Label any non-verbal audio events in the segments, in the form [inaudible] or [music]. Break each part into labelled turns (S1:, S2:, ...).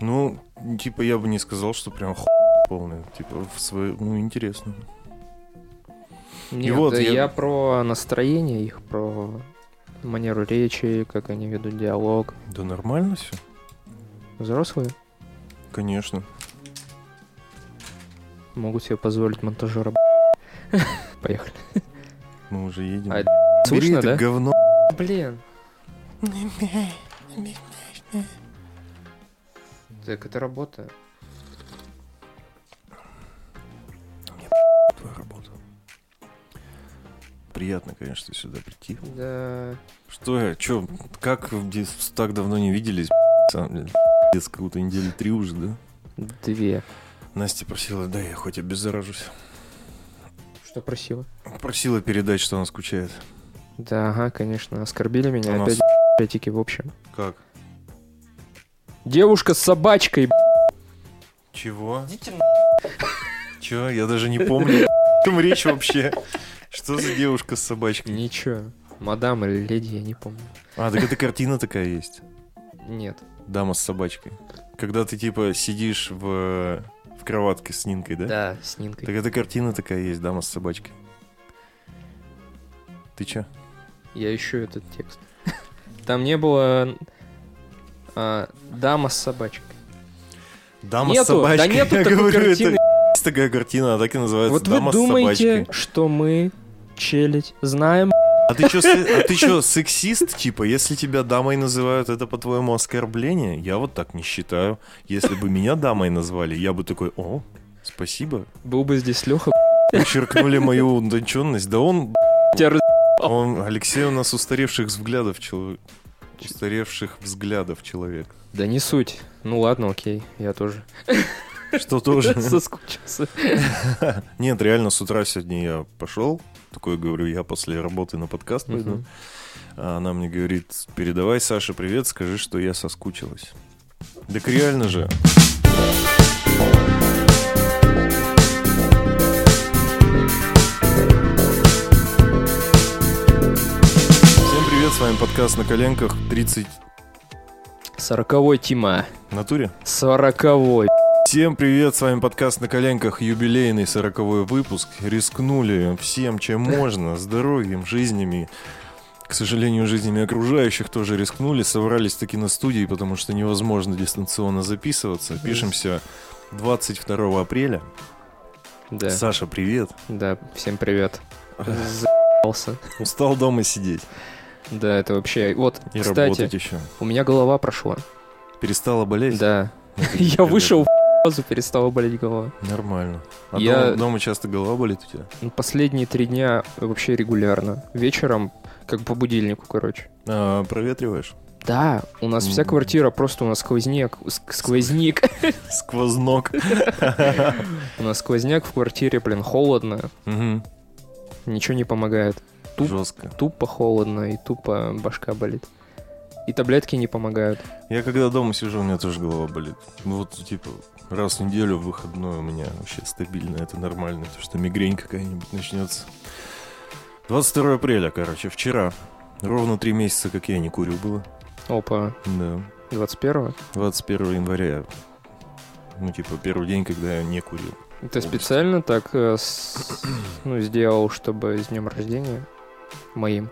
S1: Ну, типа, я бы не сказал, что прям хуй полный. Типа, в свой... ну, интересно.
S2: Нет,
S1: И вот
S2: я...
S1: я-
S2: про настроение их, про манеру речи, как они ведут диалог.
S1: Да нормально все,
S2: Взрослые
S1: конечно.
S2: могут себе позволить монтажера. [laughs] Поехали.
S1: Мы уже едем.
S2: А,
S1: Бери
S2: Слышно,
S1: это
S2: да?
S1: говно.
S2: Блин. Так это работа.
S1: Твоя работа. Приятно, конечно, сюда прийти.
S2: Да.
S1: Что я, чё, как в дес- так давно не виделись, сам, деле, Пиздец, круто, недели три уже, да?
S2: Две.
S1: Настя просила, да, я хоть обеззаражусь.
S2: Что просила?
S1: Просила передать, что она скучает.
S2: Да, ага, конечно. Оскорбили меня
S1: У нас-
S2: опять опять-таки, в общем.
S1: Как?
S2: Девушка с собачкой,
S1: Чего? Чё, я даже не помню, [laughs] о чем речь вообще. Что за девушка с собачкой?
S2: Ничего. Мадам или леди, я не помню.
S1: А, так это картина такая есть.
S2: Нет.
S1: Дама с собачкой. Когда ты типа сидишь в, в кроватке с Нинкой, да?
S2: Да, с Нинкой.
S1: Так эта картина такая есть, дама с собачкой. Ты чё?
S2: Я ищу этот текст. Там не было а, дама с собачкой.
S1: Дама
S2: Нету,
S1: с собачкой.
S2: да нету
S1: я
S2: такой
S1: говорю,
S2: картины.
S1: это есть [laughs] такая картина, а так и называется
S2: вот
S1: дама
S2: вы
S1: с
S2: думаете,
S1: собачкой.
S2: что мы челить знаем?
S1: А ты чё, се- а ты чё, сексист, типа, если тебя дамой называют, это по-твоему оскорбление? Я вот так не считаю. Если бы меня дамой назвали, я бы такой, о, спасибо.
S2: Был бы здесь Леха,
S1: Подчеркнули мою утонченность. Да он,
S2: тебя раз...
S1: он, Алексей у нас устаревших взглядов человек. Устаревших взглядов человек.
S2: Да не суть. Ну ладно, окей, я тоже.
S1: Что тоже.
S2: [laughs] Соскучился.
S1: Нет, реально, с утра сегодня я пошел. Такой говорю, я после работы на подкаст пойду.
S2: Мгм.
S1: А она мне говорит, передавай Саше привет, скажи, что я соскучилась. Так реально же. Всем привет, с вами подкаст «На коленках» 30
S2: Сороковой Тима.
S1: в натуре.
S2: Сороковой.
S1: Всем привет, с вами подкаст «На коленках», юбилейный сороковой выпуск. Рискнули всем, чем можно, здоровьем, жизнями. К сожалению, жизнями окружающих тоже рискнули, собрались таки на студии, потому что невозможно дистанционно записываться. Пишемся 22 апреля.
S2: Да,
S1: Саша, привет.
S2: да,
S1: [laughs]
S2: всем привет. За***ался.
S1: Устал дома сидеть
S2: Да, это вообще... Вот,
S1: и
S2: кстати,
S1: работать еще.
S2: у меня голова прошла.
S1: Перестала болеть?
S2: Да. [laughs]
S1: Ну, это
S2: Я
S1: привет.
S2: вышел, сразу перестала болеть голова.
S1: Нормально. А
S2: Я-
S1: дома, дома часто голова болит у тебя?
S2: Ну, Последние три дня вообще регулярно. Вечером, как по будильнику, короче.
S1: А, проветриваешь?
S2: Да, у нас вся
S1: М.
S2: квартира, просто у нас сквозняк. ск- Сквозняк.
S1: Сквозняк.
S2: У нас сквозняк в квартире, блин, холодно.
S1: Мгм.
S2: Ничего не помогает. Туп.
S1: Жестко.
S2: Тупо холодно и тупо башка болит. И таблетки не помогают.
S1: Я когда дома сижу, у меня тоже голова болит. Ну вот, типа, раз в неделю в выходной у меня вообще стабильно, это нормально, то что мигрень какая-нибудь начнется. 22 апреля, короче, вчера. Ровно три месяца, как я не курю было.
S2: Опа,
S1: Да.
S2: 21-го.
S1: 21 января. Ну, типа, первый день, когда я не курил.
S2: Ты специально так э, с- [clears throat] ну, сделал, чтобы с днем рождения моим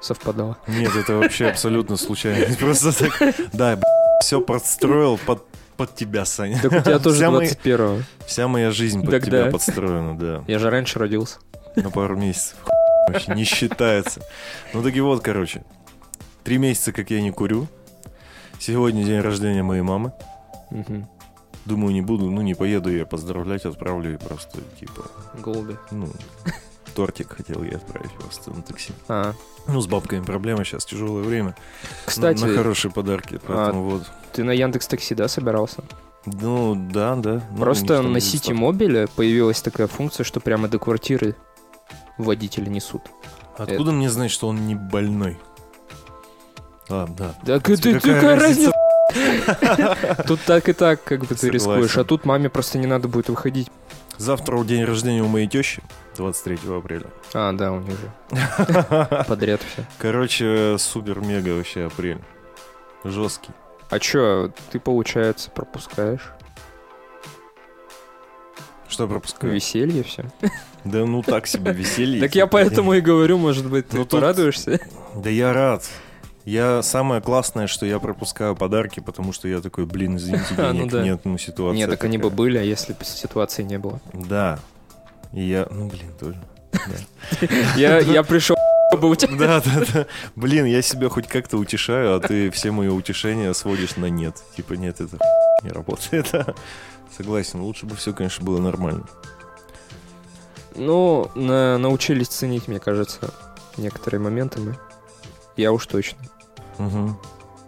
S2: совпадало.
S1: Нет, это вообще абсолютно случайно. [laughs] Просто так, да, все подстроил под, под тебя, Саня.
S2: Так у [laughs] тебя тоже
S1: Вся моя-
S2: 21-го.
S1: Вся моя жизнь под
S2: Так
S1: тебя
S2: да.
S1: подстроена, да.
S2: Я же раньше родился.
S1: на пару месяцев. Вообще не считается. Ну так и вот, короче. Три месяца, как я не курю. Сегодня день рождения моей мамы.
S2: Мгм.
S1: Думаю, не буду, ну не поеду ее поздравлять, отправлю ей просто, типа,
S2: Голуби.
S1: ну, тортик хотел я отправить просто на такси.
S2: А,
S1: Ну, с бабками проблема сейчас, тяжелое время. На-
S2: кстати, а
S1: На, хорошие подарки, поэтому вот.
S2: ты на Яндекс Такси, да, собирался?
S1: Ну, да, да. Ну,
S2: Просто
S1: ничего не
S2: на
S1: стало.
S2: Сити Мобиле появилась такая функция, что прямо до квартиры водители несут.
S1: Откуда мне знать, что он не больной? Ладно, да,
S2: Да
S1: принципе,
S2: ты- ты-
S1: А какая
S2: какая разница? [laughs] Тут так и так, как бы ты
S1: Согласен.
S2: рискуешь, а тут маме просто не надо будет выходить.
S1: Завтра день рождения у моей тещи, 23 апреля.
S2: А, да, у нее же
S1: [laughs]
S2: подряд все.
S1: Короче, супер-мега вообще апрель. Жесткий.
S2: А чё, ты, получается, пропускаешь
S1: Что пропускаю?
S2: веселье все?
S1: Да ну так себе веселье.
S2: Так я поэтому и говорю, может быть,
S1: Ну,
S2: ты
S1: тут-
S2: порадуешься?
S1: Да я рад. Я самое классное, что я пропускаю подарки, потому что я такой, блин,
S2: [laughs]
S1: извините,
S2: А, ну
S1: денег
S2: да.
S1: нет, ну ситуация.
S2: Нет, так они бы
S1: такая».
S2: были, а если бы ситуации не было.
S1: Да. И я, ну блин, тоже.
S2: Я, я пришел бы у тебя.
S1: Да, да, да. Блин, я себя хоть как-то утешаю, а ты все мои утешения сводишь на нет. Типа нет, это не работает. [laughs] Согласен, лучше бы все, конечно, было нормально.
S2: Ну, на- научились ценить, мне кажется, некоторые моменты мы. Я уж точно.
S1: Угу.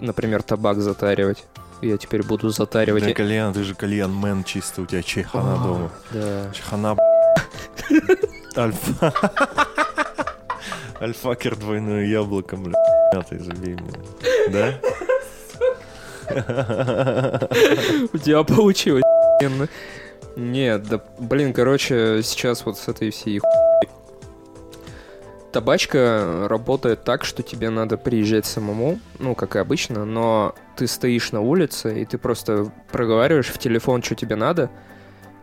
S2: Например, табак затаривать. Я теперь буду затаривать.
S1: Да, кальян, ты же кальян мэн чисто, у тебя чехана
S2: А,
S1: дома.
S2: Да.
S1: Чехана, б***. Альфа. [laughs] Альфакер двойное яблоко, бля. А, Ты забей меня. Да?
S2: У тебя получилось. охуенно. Нет, да, блин, короче, сейчас вот с этой всей хуйней. Табачка работает так, что тебе надо приезжать самому, ну, как и обычно, но ты стоишь на улице, и ты просто проговариваешь в телефон, что тебе надо,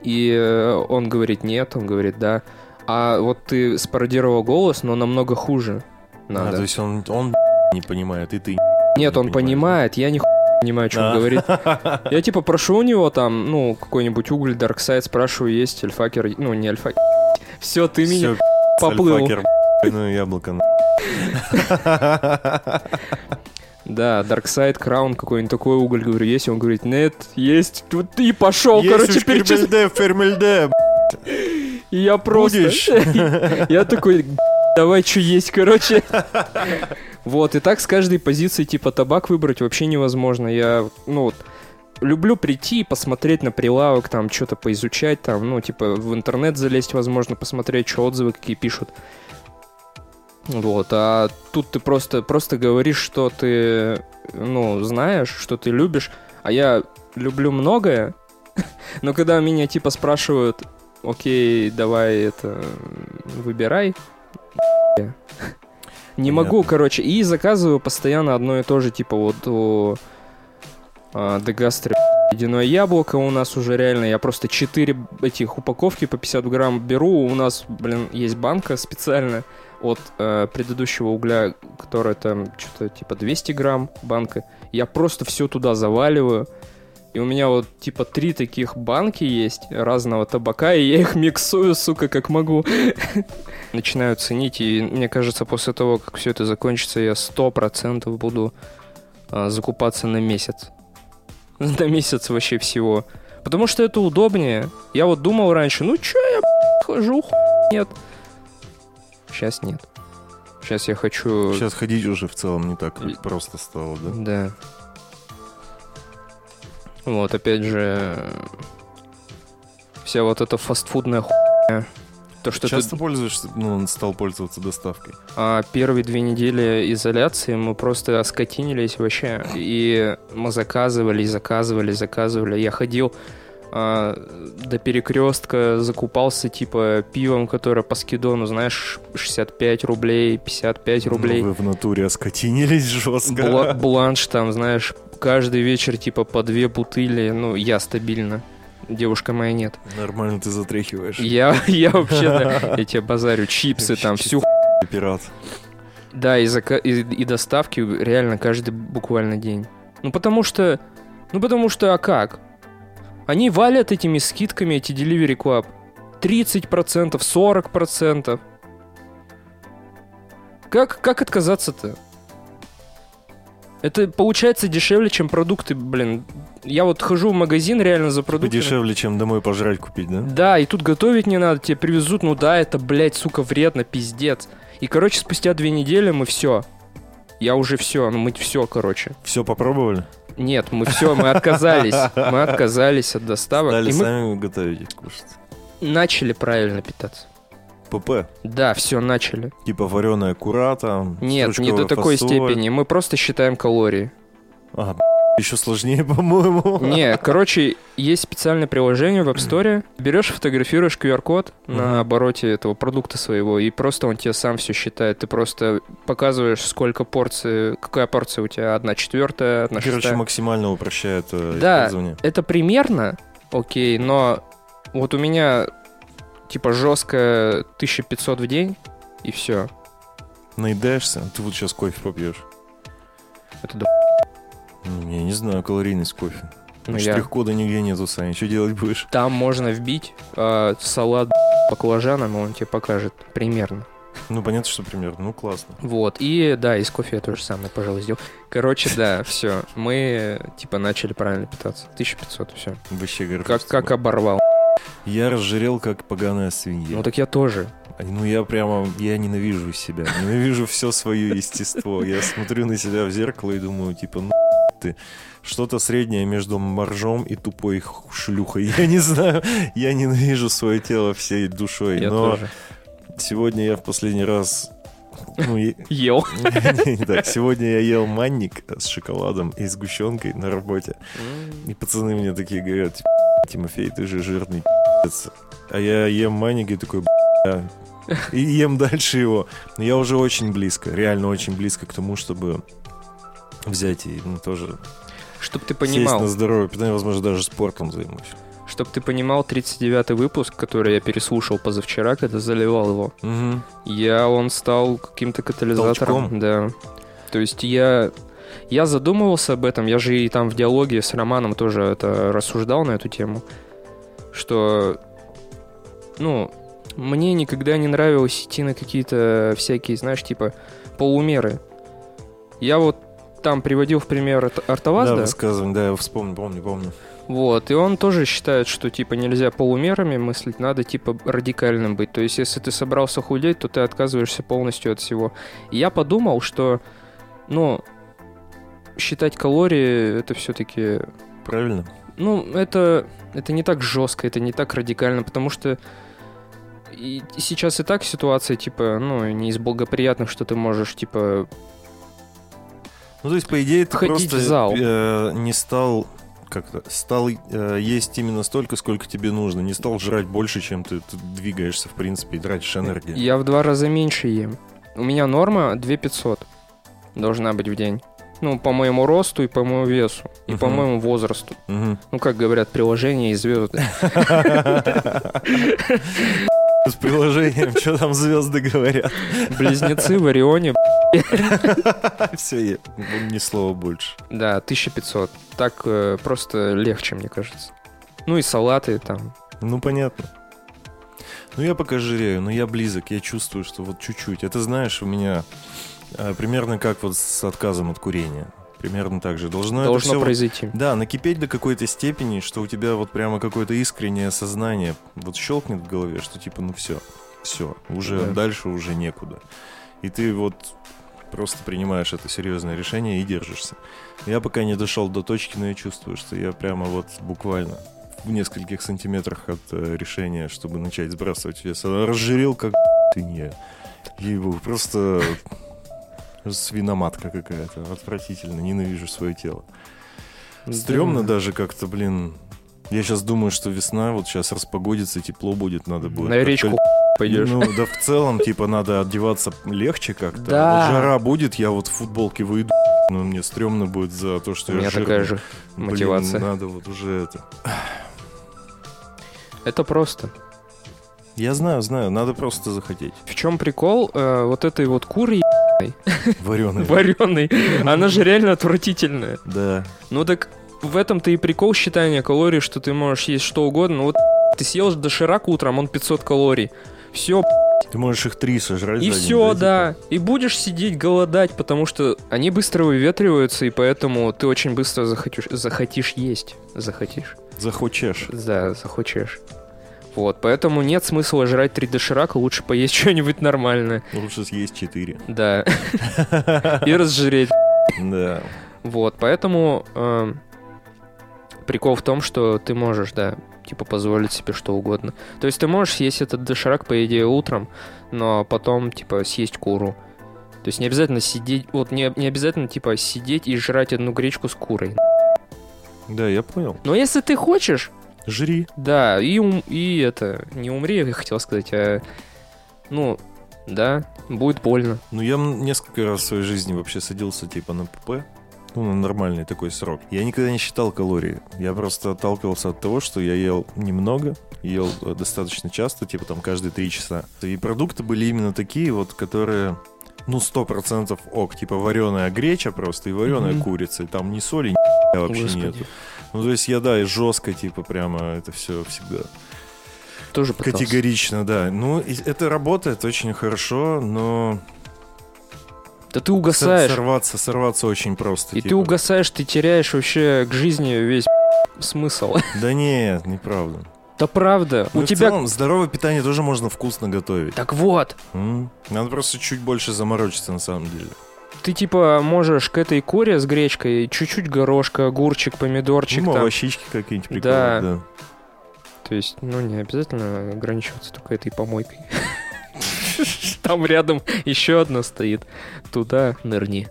S2: и э, он говорит нет, он говорит да. А вот ты спародировал голос, но намного хуже
S1: А,
S2: [laughs] надо.
S1: то есть он, он не понимает, и ты
S2: Нет,
S1: не
S2: он
S1: понимаешь,
S2: понимает, я не понимаю, что он
S1: А. [laughs]
S2: говорит. Я типа прошу у него там, ну, какой-нибудь уголь, дарксайд, спрашиваю, есть альфакер, ну, не альфакер. Все, ты меня...
S1: Всё,
S2: [laughs] поплыл.
S1: альфакер, двойное яблоко. на-
S2: Да, дарксайд, краун какой-нибудь такой уголь, говорю, есть, он говорит, нет, есть, вот ты и пошел,
S1: Есть
S2: короче,
S1: уж
S2: перечислил.
S1: Фермельде, Фермельде,
S2: И я просто... [laughs]
S1: будешь?
S2: Я такой, давай, что есть, короче. Вот, и так с каждой позиции, типа, табак выбрать вообще невозможно. Я, ну, вот, люблю прийти и посмотреть на прилавок, там, что-то поизучать, там, ну, типа, в интернет залезть, возможно, посмотреть, что отзывы какие пишут. Вот, а тут ты просто, просто говоришь, что ты, ну, знаешь, что ты любишь, а я люблю многое, [laughs] но когда меня, типа, спрашивают, окей, давай это, м, выбирай, я не могу,
S1: Понятно.
S2: короче, и заказываю постоянно одно и то же, типа, вот у а, Дегастри ледяное яблоко у нас уже реально, я просто 4 этих упаковки по 50 грамм беру, у нас, блин, есть банка специально от э, предыдущего угля, которая там что-то типа 200 грамм банка, я просто все туда заваливаю, и у меня вот типа три таких банки есть разного табака, и я их миксую, сука, как могу. [laughs] Начинаю ценить, и мне кажется, после того, как все это закончится, я 100% буду а, закупаться на месяц. [laughs] На месяц вообще всего. Потому что это удобнее. Я вот думал раньше, ну чё я б***ь, хожу, хуй нет. Сейчас нет. Сейчас я хочу...
S1: Сейчас ходить уже в целом не так просто стало, да?
S2: Да. Вот, опять же, вся вот эта фастфудная хуйня. То, что ты-
S1: Часто пользуешься, ну, он стал пользоваться доставкой.
S2: а, первые две недели изоляции мы просто оскотинились вообще. И мы заказывали, заказывали, заказывали. Я ходил а, до перекрестка, закупался типа пивом, которое по скидону, знаешь, 65 рублей, 55 рублей.
S1: Ну, вы в натуре оскотинились жестко.
S2: Бла- бланш там, знаешь, каждый вечер типа по две бутыли, ну, я стабильно. Девушка моя нет.
S1: Нормально ты затряхиваешь.
S2: Я, я вообще, да, я тебе базарю, чипсы там, всю ху-
S1: Пират.
S2: Да, и, зака- и, и доставки реально каждый буквально день. Ну, потому что... Ну, потому что, а как? Они валят этими скидками эти Delivery Club. 30%, 40%. Как, как отказаться-то? Это получается дешевле, чем продукты, блин. Я вот хожу в магазин реально за продуктами.
S1: Подешевле, чем домой пожрать купить, да?
S2: Да, и тут готовить не надо, тебе привезут, ну да, это, блядь, сука, вредно, пиздец. И, короче, спустя две недели мы все. Я уже все, ну мы все, короче.
S1: Все попробовали?
S2: Нет, мы все, мы отказались. Мы отказались от доставок.
S1: Дали
S2: и мы
S1: сами готовить и кушать.
S2: начали правильно питаться.
S1: ПП.
S2: Да, все, начали.
S1: Типа вареная кура там.
S2: Нет, не до
S1: стручковая
S2: такой
S1: фасоль.
S2: степени. Мы просто считаем калории.
S1: А, еще сложнее, [laughs] по-моему.
S2: [laughs] Не, короче, есть специальное приложение в App Store. Берешь, фотографируешь QR-код
S1: Мгм.
S2: на обороте этого продукта своего, и просто он тебе сам все считает. Ты просто показываешь, сколько порций, какая порция у тебя, одна четвертая, одна
S1: Короче,
S2: шестая.
S1: максимально упрощает э,
S2: Да.
S1: использование.
S2: Это примерно, окей, но вот у меня типа жестко 1500 в день, и все.
S1: Наедаешься, ты вот сейчас кофе попьешь.
S2: Это до
S1: М, Я не знаю, калорийность кофе.
S2: ну, я-
S1: Штрих-кода нигде нету, Саня. Что делать будешь? [laughs]
S2: Там можно вбить э, салат баклажаном, и он тебе покажет примерно.
S1: Ну, понятно, что примерно. Ну, классно.
S2: Вот, и да, из кофе я тоже самое, пожалуй, сделал. Короче, да, все, мы э, типа начали правильно питаться. 1500, все.
S1: Вообще горжусь
S2: Как, как
S1: тобой.
S2: оборвал.
S1: Я разжирел, как поганая свинья.
S2: Ну так я тоже.
S1: А, Ну, я прямо, я ненавижу себя, ненавижу все свое естество. Я смотрю на себя в зеркало и думаю, типа, ну ты. Что-то среднее между моржом и тупой х- шлюхой. Я не знаю, я ненавижу свое тело всей душой.
S2: Я
S1: но
S2: тоже.
S1: сегодня я в последний раз... Ну, е- [laughs]
S2: Ел.
S1: не, не так. Сегодня я ел манник с шоколадом и сгущенкой на работе. И пацаны мне такие говорят, «Ть, Тимофей, ты же жирный пи***ц». А я ем маники такой, «Бля». и ем дальше его. Но я уже очень близко, реально очень близко к тому, чтобы взять и ну, тоже
S2: Чтоб ты
S1: сесть
S2: понимал,
S1: на здоровье питание, возможно, даже спортом займусь.
S2: чтоб ты понимал, 39-й выпуск, который я переслушал позавчера, когда заливал его,
S1: Мгм.
S2: Я, он стал каким-то катализатором.
S1: Толчком?
S2: Да. То есть я... Я задумывался об этом, я же и там в диалоге с Романом тоже это рассуждал на эту тему, что, ну, мне никогда не нравилось идти на какие-то всякие, знаешь, типа полумеры. Я вот там приводил в пример Арт-
S1: Да,
S2: Артовазда,
S1: высказывание, да, я вспомню, помню, помню.
S2: вот, и он тоже считает, что, типа, нельзя полумерами мыслить, надо, типа, радикальным быть. То есть, если ты собрался худеть, то ты отказываешься полностью от всего. И я подумал, что, ну, считать калории, это все-таки...
S1: Правильно?
S2: Ну, это, это не так жестко, это не так радикально, потому что и сейчас и так ситуация, типа, ну, не из благоприятных, что ты можешь, типа,
S1: Ну, то есть, по идее, ты
S2: Ходить
S1: просто
S2: в зал.
S1: э, не стал как-то стал э, есть именно столько, сколько тебе нужно. Не стал жрать больше, чем ты, ты двигаешься, в принципе, и тратишь
S2: Э,
S1: энергию.
S2: я в два раза меньше ем. У меня норма 2500 должна быть в день. Ну, по моему росту и по моему весу, и по
S1: Мгм.
S2: моему возрасту.
S1: Мгм.
S2: Ну, как говорят, приложение
S1: [laughs]
S2: и звезды.
S1: С приложением, что там звезды говорят.
S2: Близнецы в Орионе,
S1: Все, ну, ни слова больше.
S2: да, 1500. Так э, просто легче, мне кажется. Ну и салаты там.
S1: Ну, понятно. Ну, я пока жирею, но я близок, я чувствую, что вот чуть-чуть. Это, знаешь, у меня э, примерно как вот с отказом от курения. Примерно так же. Должно, Ну, это
S2: должно
S1: всё вот-
S2: произойти.
S1: Да, накипеть до какой-то степени, что у тебя вот прямо какое-то искреннее сознание вот щелкнет в голове, что типа, ну все, все, уже
S2: Да.
S1: дальше уже некуда. И ты вот просто принимаешь это серьезное решение и держишься. Я пока не дошел до точки, но я чувствую, что я прямо вот буквально в нескольких сантиметрах от э, решения, чтобы начать сбрасывать вес. А Разжирел, как свинья. Ей-богу, просто свиноматка какая-то. Отвратительно, ненавижу свое тело. Стремно
S2: Да.
S1: даже как-то, блин. Я сейчас думаю, что весна, вот сейчас распогодится, тепло будет, надо будет.
S2: На
S1: как-то-
S2: речку [laughs] пойдешь.
S1: Ну, да в целом, типа, надо одеваться легче как-то.
S2: Да.
S1: Вот жара будет, я вот в футболке выйду, [laughs] но мне стрёмно будет за то, что
S2: У
S1: я
S2: меня
S1: жирный.
S2: такая же
S1: Блин,
S2: мотивация.
S1: надо вот уже это.
S2: Это просто.
S1: Я знаю, знаю, надо просто
S2: [laughs]
S1: захотеть.
S2: В чем прикол э, вот этой вот [laughs] куры
S1: Вареный.
S2: вареной? Она же реально отвратительная.
S1: Да.
S2: Ну так в этом-то и прикол считания калорий, что ты можешь есть что угодно. Ну Вот ты съел доширак утром, он 500 калорий. Все,
S1: Ты можешь их три сожрать.
S2: и
S1: за день,
S2: все, да.
S1: типа?
S2: И будешь сидеть голодать, потому что они быстро выветриваются, и поэтому ты очень быстро захотишь, захотишь есть. Захотишь.
S1: Захочешь.
S2: Да, захочешь. Вот, поэтому нет смысла жрать три доширака, лучше поесть [laughs] что-нибудь нормальное.
S1: Лучше съесть четыре.
S2: Да. [laughs] И разжиреть.
S1: Да.
S2: Вот, поэтому эм, прикол в том, что ты можешь, да, типа позволить себе что угодно. То есть ты можешь съесть этот доширак, по идее, утром, но потом, типа, съесть куру. То есть не обязательно сидеть, вот не, не обязательно, типа, сидеть и жрать одну гречку с курой.
S1: Да, я понял.
S2: Но если ты хочешь,
S1: Жри.
S2: да, и, ум- и это, не умри, я хотел сказать, а, ну, да, будет больно.
S1: Ну, я м- несколько раз в своей жизни вообще садился типа на ПП. Ну, на нормальный такой срок. Я никогда не считал калории. Я просто отталкивался от того, что я ел немного, ел э, достаточно часто, типа там каждые три часа. И продукты были именно такие вот, которые ну, сто процентов ок. Типа вареная греча просто и вареная
S2: Мгм.
S1: курица. И там ни соли, ни вообще
S2: Господи.
S1: нет. Ну, то есть я, да, и жестко, типа, прямо это все всегда
S2: Тоже пытался.
S1: Категорично, да. Ну, и это работает очень хорошо, но
S2: Да ты
S1: сор-
S2: угасаешь.
S1: сорваться, сорваться очень просто.
S2: И
S1: типа.
S2: ты угасаешь, ты теряешь вообще к жизни весь [laughs] смысл. [laughs]
S1: Да нет, неправда.
S2: Да правда,
S1: Ну,
S2: у
S1: и в
S2: тебя...
S1: целом, здоровое питание тоже можно вкусно готовить.
S2: Так вот,
S1: М. Надо просто чуть больше заморочиться, на самом деле. Ну,
S2: ты типа можешь к этой коре с гречкой чуть-чуть горошка, огурчик, помидорчик
S1: Ну,
S2: там.
S1: овощички какие-нибудь
S2: Да.
S1: прикольные, да.
S2: То есть, ну, не обязательно ограничиваться только этой
S1: [laughs]
S2: помойкой. Там рядом еще одна стоит. Туда нырни.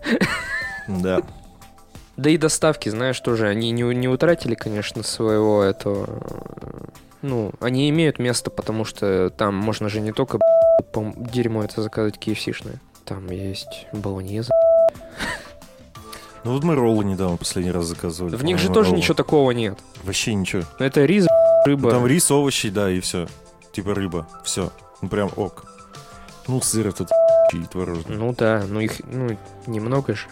S1: Да.
S2: Да и доставки, знаешь, тоже, они не, у- не утратили, конечно, своего этого... э, Ну, они имеют место, потому что там можно же не только б***ь, пом- дерьмо это заказать KFC-шное. Там есть балоньеза.
S1: Ну вот мы роллы недавно последний раз заказывали.
S2: В них же
S1: по-моему,
S2: тоже
S1: роллы.
S2: ничего такого нет.
S1: Вообще ничего.
S2: Ну, Это рис, б***ь,
S1: Ну, Там
S2: рыба.
S1: рис, овощи, да, и все. Типа рыба. Все. Ну прям ок. Ну, сыр этот и творожный.
S2: Ну да, ну их, ну, немного же.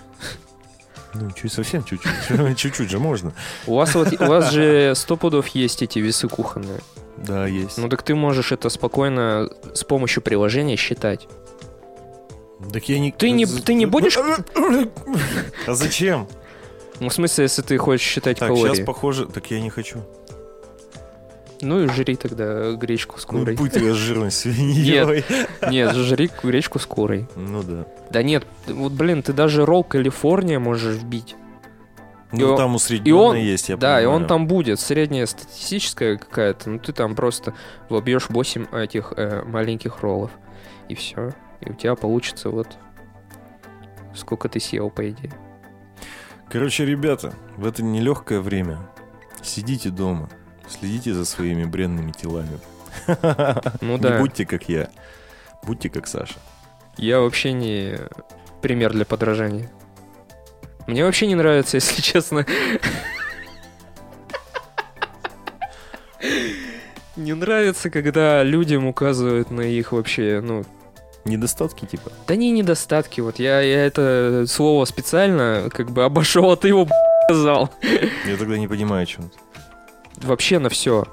S1: Ну, чуть совсем чуть-чуть. [laughs] Чуть-чуть же можно.
S2: У вас вот, у вас же сто пудов есть эти весы кухонные.
S1: Да, есть.
S2: Ну так ты можешь это спокойно с помощью приложения считать.
S1: так я не...
S2: Ты не- ты
S1: [coughs]
S2: не будешь-
S1: А зачем?
S2: Ну, в смысле, если ты хочешь считать
S1: Так,
S2: калории.
S1: сейчас похоже... Так я не хочу.
S2: Ну и жри тогда гречку с
S1: Ну,
S2: курой.
S1: будь я жирной [laughs] свиньей.
S2: Нет, жри гречку с курой.
S1: Ну да.
S2: Да нет, вот, блин, ты даже ролл Калифорния можешь вбить.
S1: Ну,
S2: он-
S1: там
S2: он-
S1: усредненное есть, я
S2: да, и он
S1: понимаю.
S2: там будет. Средняя статистическая какая-то. Ну, ты там просто вобьешь 8 этих э, маленьких роллов. И все. И у тебя получится вот сколько ты съел, по идее.
S1: Короче, ребята, в это нелегкое время сидите дома, следите за своими бренными телами.
S2: Ну
S1: [laughs] Не
S2: да.
S1: будьте как я. Будьте как Саша.
S2: Я вообще не пример для подражания. Мне вообще не нравится, [laughs] если честно. Не нравится, когда людям указывают на их вообще, ну...
S1: Недостатки типа.
S2: Да не недостатки, вот я, я это слово специально как бы обошел, а ты его б***ь, сказал.
S1: Я тогда не понимаю, о чем ты.
S2: Вообще на все.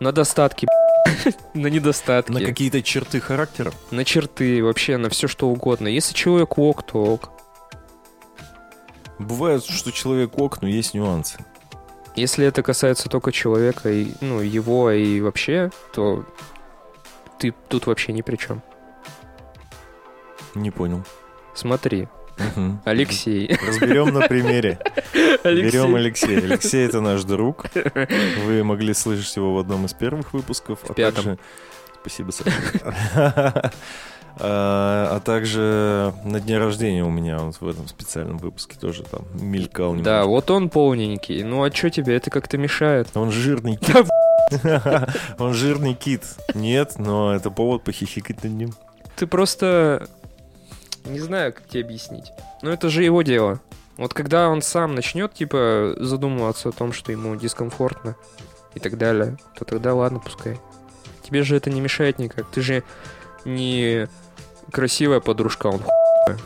S2: На достатки, б***ь, [laughs] на недостатки,
S1: На
S2: на,
S1: какие-то черты характера.
S2: черты, вообще на все что угодно. Если человек ок, то ок.
S1: Бывает, что человек ок, но есть нюансы.
S2: Если это касается только человека, и, ну, его и вообще, то ты тут вообще ни при чем.
S1: Не понял.
S2: Смотри,
S1: Мгм.
S2: Алексей.
S1: Разберем на примере. Берем
S2: Алексей.
S1: Алексея. Алексей это наш друг. Вы могли слышать его в одном из первых выпусков. а
S2: пятом.
S1: также- Спасибо, Саша. А а также на дне рождения у меня он в этом специальном выпуске тоже там мелькал
S2: Да,
S1: немножко.
S2: вот он полненький. Ну а что тебе это как-то мешает?
S1: Он жирный
S2: Да,
S1: кит. [laughs] Он жирный кит. Нет, но это повод похихикать над ним.
S2: Ты просто... Не знаю, как тебе объяснить. Но это же его дело. Вот когда он сам начнет, типа, задумываться о том, что ему дискомфортно и так далее, то тогда ладно, пускай. Тебе же это не мешает никак. Ты же не красивая подружка, он хуйня.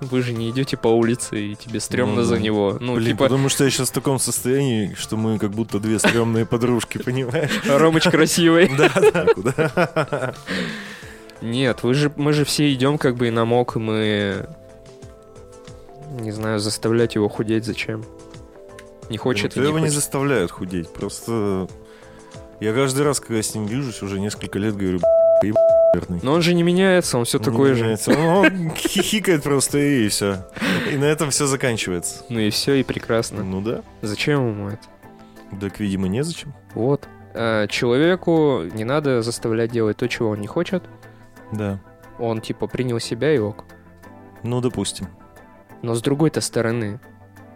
S2: Вы же не идете по улице, и тебе стрёмно
S1: Ну да.
S2: за него. Ну,
S1: Блин,
S2: типа,
S1: потому что я сейчас в таком состоянии, что мы как будто две стрёмные подружки, понимаешь?
S2: Ромыч красивый.
S1: Да, да, куда?
S2: Нет, вы же, мы же все идем как бы и на мок, и мы... Не знаю, заставлять его худеть зачем? Не хочет
S1: Ну,
S2: и не
S1: его не
S2: хочет.
S1: заставляют худеть. Просто я каждый раз, когда с ним вижусь, уже несколько лет говорю, «Б***ь, жирный».
S2: Но он же не меняется, он все
S1: Он не
S2: такой же.
S1: меняется. Он, он хихикает просто и все. И на этом все заканчивается.
S2: Ну и все, и прекрасно.
S1: Ну да.
S2: Зачем ему это?
S1: Так, видимо, незачем.
S2: Вот. А, человеку не надо заставлять делать то, чего он не хочет.
S1: Да.
S2: Он типа принял себя и ок.
S1: Ну, допустим.
S2: Но с другой-то стороны,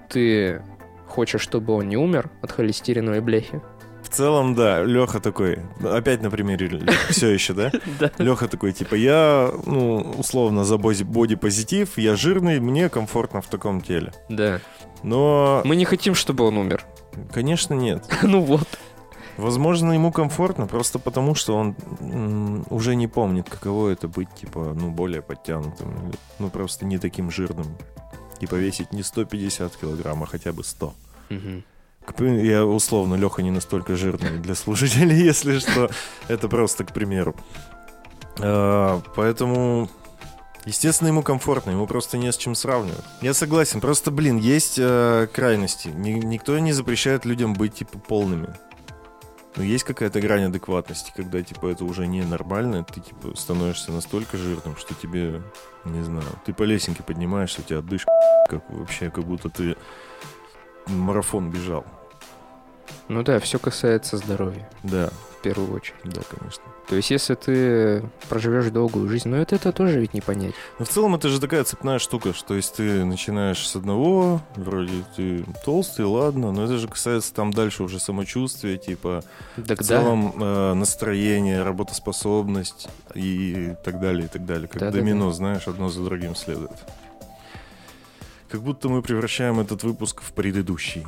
S2: ты Хочешь, чтобы он не умер от холестериновой бляхи?
S1: В целом, да, Леха такой, опять на примере [laughs] все еще, да?
S2: [laughs] Да.
S1: Леха такой, типа, я, ну, условно, за боди- бодипозитив, я жирный, мне комфортно в таком теле.
S2: Да.
S1: Но,
S2: Мы не хотим, чтобы он умер.
S1: конечно, нет.
S2: [laughs] Ну вот.
S1: Возможно, ему комфортно, просто потому, что он м, уже не помнит, каково это быть, типа, ну, более подтянутым, или, ну, просто не таким жирным. И повесить не 150 килограмм, а хотя бы 100. К при- Я условно, Леха не настолько жирный для слушателей, [laughs] если что. Это просто к примеру. А, Поэтому, естественно, ему комфортно, ему просто не с чем сравнивать. Я согласен, просто, блин, есть э, крайности. Ни- Никто не запрещает людям быть, типа, полными. Но есть какая-то грань адекватности, когда, типа, это уже ненормально, ты, типа, становишься настолько жирным, что тебе, не знаю, ты по лесенке поднимаешься, у тебя дышка, [laughs] как вообще, как будто ты марафон бежал.
S2: Ну да, все касается здоровья
S1: Да,
S2: в первую очередь.
S1: да, конечно.
S2: То есть, если ты проживешь долгую жизнь, но это, это тоже ведь не понять.
S1: Но в целом это же такая цепная штука, что если ты начинаешь с одного, вроде ты толстый, ладно, но это же касается там дальше уже самочувствия, типа
S2: Так
S1: в целом э, настроение, работоспособность и так далее, и так далее. Как
S2: Да-да-да.
S1: домино, знаешь, одно за другим следует. Как будто мы превращаем этот выпуск в предыдущий.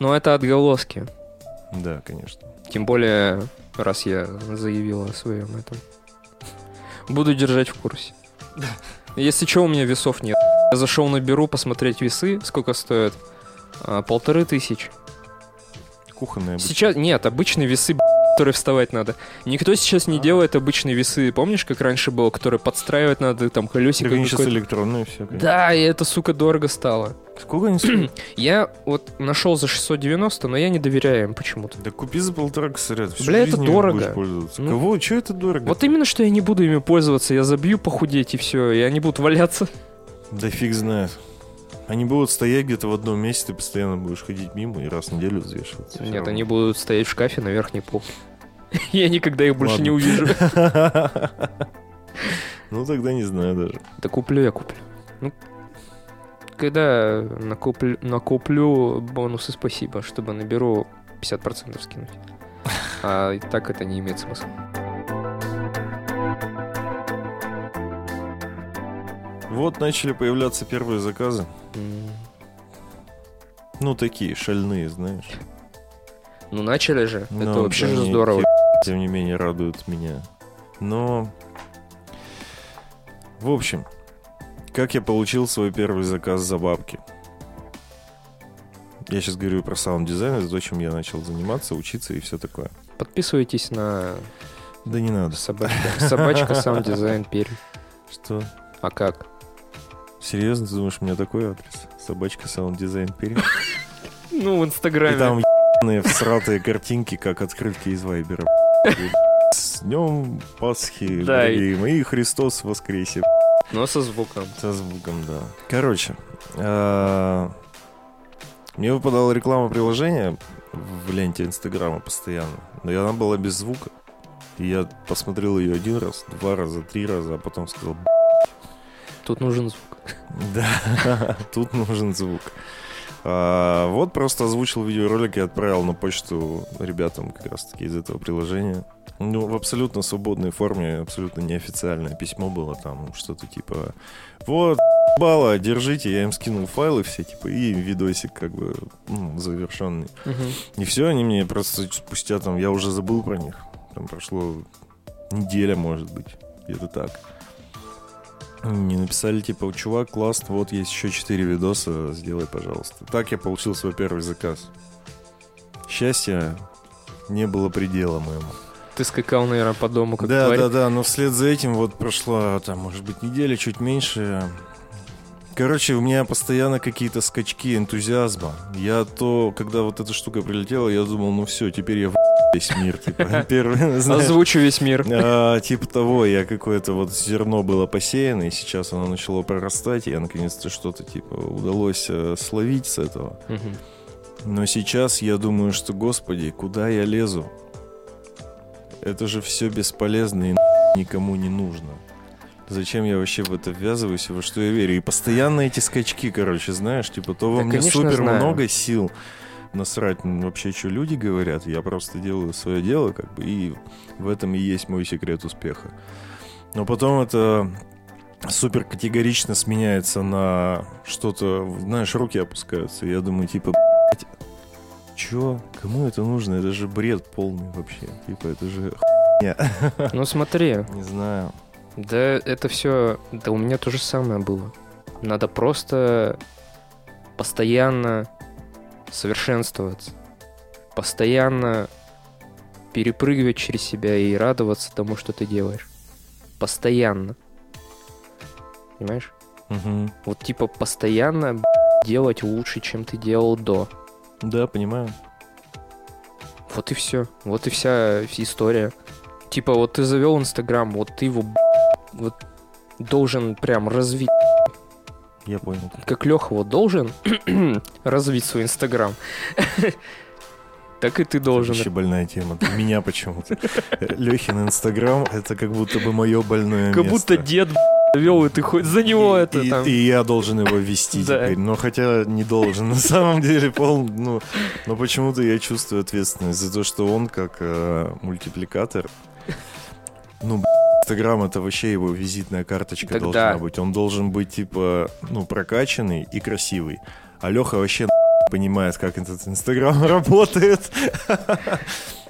S2: Но это отголоски.
S1: Да, конечно.
S2: Тем более, раз я заявил о своем этом. Буду держать в курсе. [laughs] Если что, у меня весов нет. Я зашел на Беру посмотреть весы, сколько стоят. А, полторы тысячи.
S1: Кухонная обычно.
S2: Сейчас, нет, обычные весы, б***, которые вставать надо. Никто сейчас не
S1: А.
S2: делает обычные весы. Помнишь, как раньше было, которые подстраивать надо, там колесико
S1: Так они сейчас
S2: какое-то?
S1: электронные все. конечно.
S2: Да, и это, сука, дорого стало.
S1: Сколько они стоят?
S2: Я вот нашел за 690, но я не доверяю им почему-то.
S1: Да купи за полтора косаря. ты всю
S2: Бля, это
S1: жизнь ими
S2: дорого.
S1: будешь пользоваться.
S2: Ну.
S1: Кого? Че это дорого?
S2: Вот именно, что я не буду ими пользоваться, я забью похудеть и все, и они будут валяться.
S1: Да фиг знает. Они будут стоять где-то в одном месте, ты постоянно будешь ходить мимо и раз в неделю взвешиваться.
S2: Нет, они будут стоять в шкафе на верхней полке. [laughs] Я никогда их больше не увижу.
S1: [laughs]
S2: [laughs]
S1: Ну тогда не знаю даже.
S2: Да куплю я куплю. Ну, когда накуплю, накуплю бонусы спасибо, чтобы наберу 50% [laughs] скинуть. А и так это не имеет смысла.
S1: Вот начали появляться первые заказы.
S2: М.
S1: Ну такие, шальные, знаешь.
S2: Ну начали же, это
S1: Но
S2: вообще же
S1: они,
S2: здорово.
S1: те- [laughs] Тем не менее, радуют меня. Но... В общем, как я получил свой первый заказ за бабки? Я сейчас говорю про саунд-дизайн, это то, чем я начал заниматься, учиться и все такое.
S2: Подписывайтесь на
S1: Да не надо.
S2: Собачка. Собачка сам дизайн перьев.
S1: Что?
S2: А как?
S1: Серьезно, ты думаешь, у меня такой адрес? Собачка саунд-дизайн пере.
S2: Ну, в
S1: И
S2: Инстаграме.
S1: там ебаные всратые картинки, как открытки из Вайбера. [laughs] И С днем Пасхи,
S2: Да,
S1: дорогие мои, Христос воскресе.
S2: Но со звуком.
S1: Со звуком, да. Короче, а, мне выпадала реклама приложения в ленте Инстаграма постоянно, но и она была без звука. И я посмотрел ее один раз, два раза, три раза, а потом сказал,
S2: Тут нужен звук.
S1: Да, [laughs] тут нужен звук. А, вот просто озвучил видеоролик и отправил на почту ребятам как раз-таки из этого приложения. Ну, в абсолютно свободной форме, абсолютно неофициальное письмо было там, что-то типа «Вот, бала, держите», я им скинул файлы все, типа, и видосик как бы ну, завершенный. И все, они мне просто спустя там, я уже забыл про них. Там прошло неделя, может быть, где-то так. Мне написали, типа, чувак, класс, вот есть еще 4 видоса, сделай, пожалуйста. Так я получил свой первый заказ. Счастья не было предела моему.
S2: Ты скакал, наверное, по дому, как
S1: да,
S2: тварь.
S1: да, да, но вслед за этим вот прошла, там, может быть, неделя, чуть меньше. Короче, у меня постоянно какие-то скачки энтузиазма. Я то, когда вот эта штука прилетела, я думал, ну все, теперь я в [laughs] весь мир, типа, первый, знаешь.
S2: Озвучу весь мир.
S1: А, типа того, я какое-то вот зерно было посеяно, и сейчас оно начало прорастать, и я наконец-то что-то типа удалось э, словить с этого.
S2: Мгм.
S1: Но сейчас я думаю, что, господи, куда я лезу? Это же все бесполезно и нахуй никому не нужно. Зачем я вообще в это ввязываюсь и во что я верю? И постоянно эти скачки, короче, знаешь, типа, то во
S2: Да,
S1: мне
S2: конечно,
S1: супер
S2: знаю.
S1: много сил насрать ну, вообще, что люди говорят. Я просто делаю свое дело, как бы, и в этом и есть мой секрет успеха. Но потом это супер категорично сменяется на что-то, знаешь, руки опускаются. Я думаю, типа, «Б***ь, чё? Кому это нужно? Это же бред полный вообще. Типа, это же хуйня. [laughs]
S2: Ну смотри,
S1: Не знаю.
S2: да это все, да у меня то же самое было. Надо просто постоянно совершенствоваться, постоянно перепрыгивать через себя и радоваться тому, что ты делаешь. Постоянно. Понимаешь?
S1: Мгм.
S2: Вот типа постоянно б***ь, делать лучше, чем ты делал до.
S1: Да, понимаю.
S2: Вот и все. Вот и вся история. Типа, вот ты завел Инстаграм, вот ты его б***ь, вот должен прям развить.
S1: Я понял.
S2: Как Леха вот должен [clears throat] развить свой Инстаграм. [laughs] Так и ты
S1: Это
S2: должен.
S1: вообще больная тема. Для меня почему-то. Лехин Инстаграм — это как будто бы мое больное
S2: Как
S1: место.
S2: будто дед б***ь, завел, и ты хоть за него
S1: И-
S2: это
S1: и,
S2: там.
S1: и я должен его вести
S2: [laughs] Да.
S1: теперь. Но хотя не должен. На самом деле, пол, ну, но почему-то я чувствую ответственность за то, что он как э, мультипликатор. Ну, б***ь, Инстаграм это вообще его визитная карточка
S2: Так
S1: должна
S2: да.
S1: быть. Он должен быть типа, ну, прокачанный и красивый. А Леха вообще понимает, как этот Инстаграм [laughs] работает.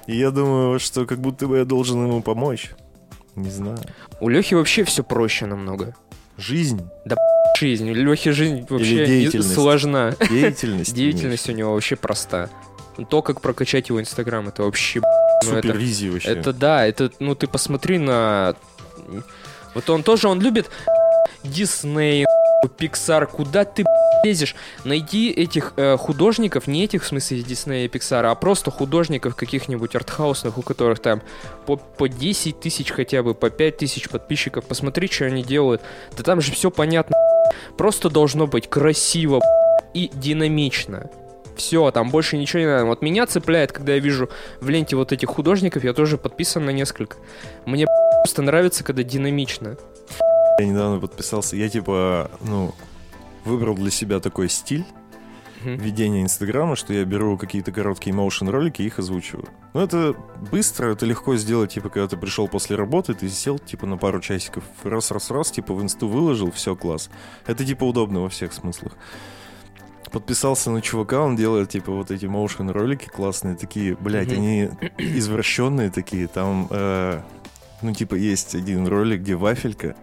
S1: И я думаю, что как будто бы я должен ему помочь. Не знаю.
S2: У Лехи вообще все проще намного. [laughs]
S1: Жизнь,
S2: Жизнь. У Лехи жизнь вообще не-
S1: деятельность.
S2: сложна.
S1: деятельность.
S2: Деятельность у него вообще проста. То, как прокачать его Инстаграм, это вообще б***ь, ну, это
S1: Супервизия вообще.
S2: Это да, это, ну ты посмотри на... Вот он тоже, он любит Дисней, Пиксар, куда ты лезешь? Найди этих э, художников, не этих в смысле из Диснея и Пиксара, а просто художников каких-нибудь артхаусных, у которых там по, по 10 тысяч хотя бы, по 5 тысяч подписчиков, посмотри, что они делают. Да там же все понятно. Просто должно быть красиво и динамично. Все, там больше ничего не надо. Вот меня цепляет, когда я вижу в ленте вот этих художников, я тоже подписан на несколько. Мне просто нравится, когда динамично.
S1: Я недавно подписался. Я типа, ну, выбрал для себя такой стиль
S2: Мгм.
S1: ведения Инстаграма, что я беру какие-то короткие моушен ролики и их озвучиваю. Ну, это быстро, это легко сделать, типа, когда ты пришел после работы, ты сел, типа, на пару часиков, раз-раз-раз, типа, в инсту выложил, все, класс. Это, типа, удобно во всех смыслах. Подписался на чувака, он делает, типа, вот эти моушен ролики классные, такие, блядь,
S2: Мгм.
S1: они извращенные такие, там, э, ну, типа, есть один ролик, где вафелька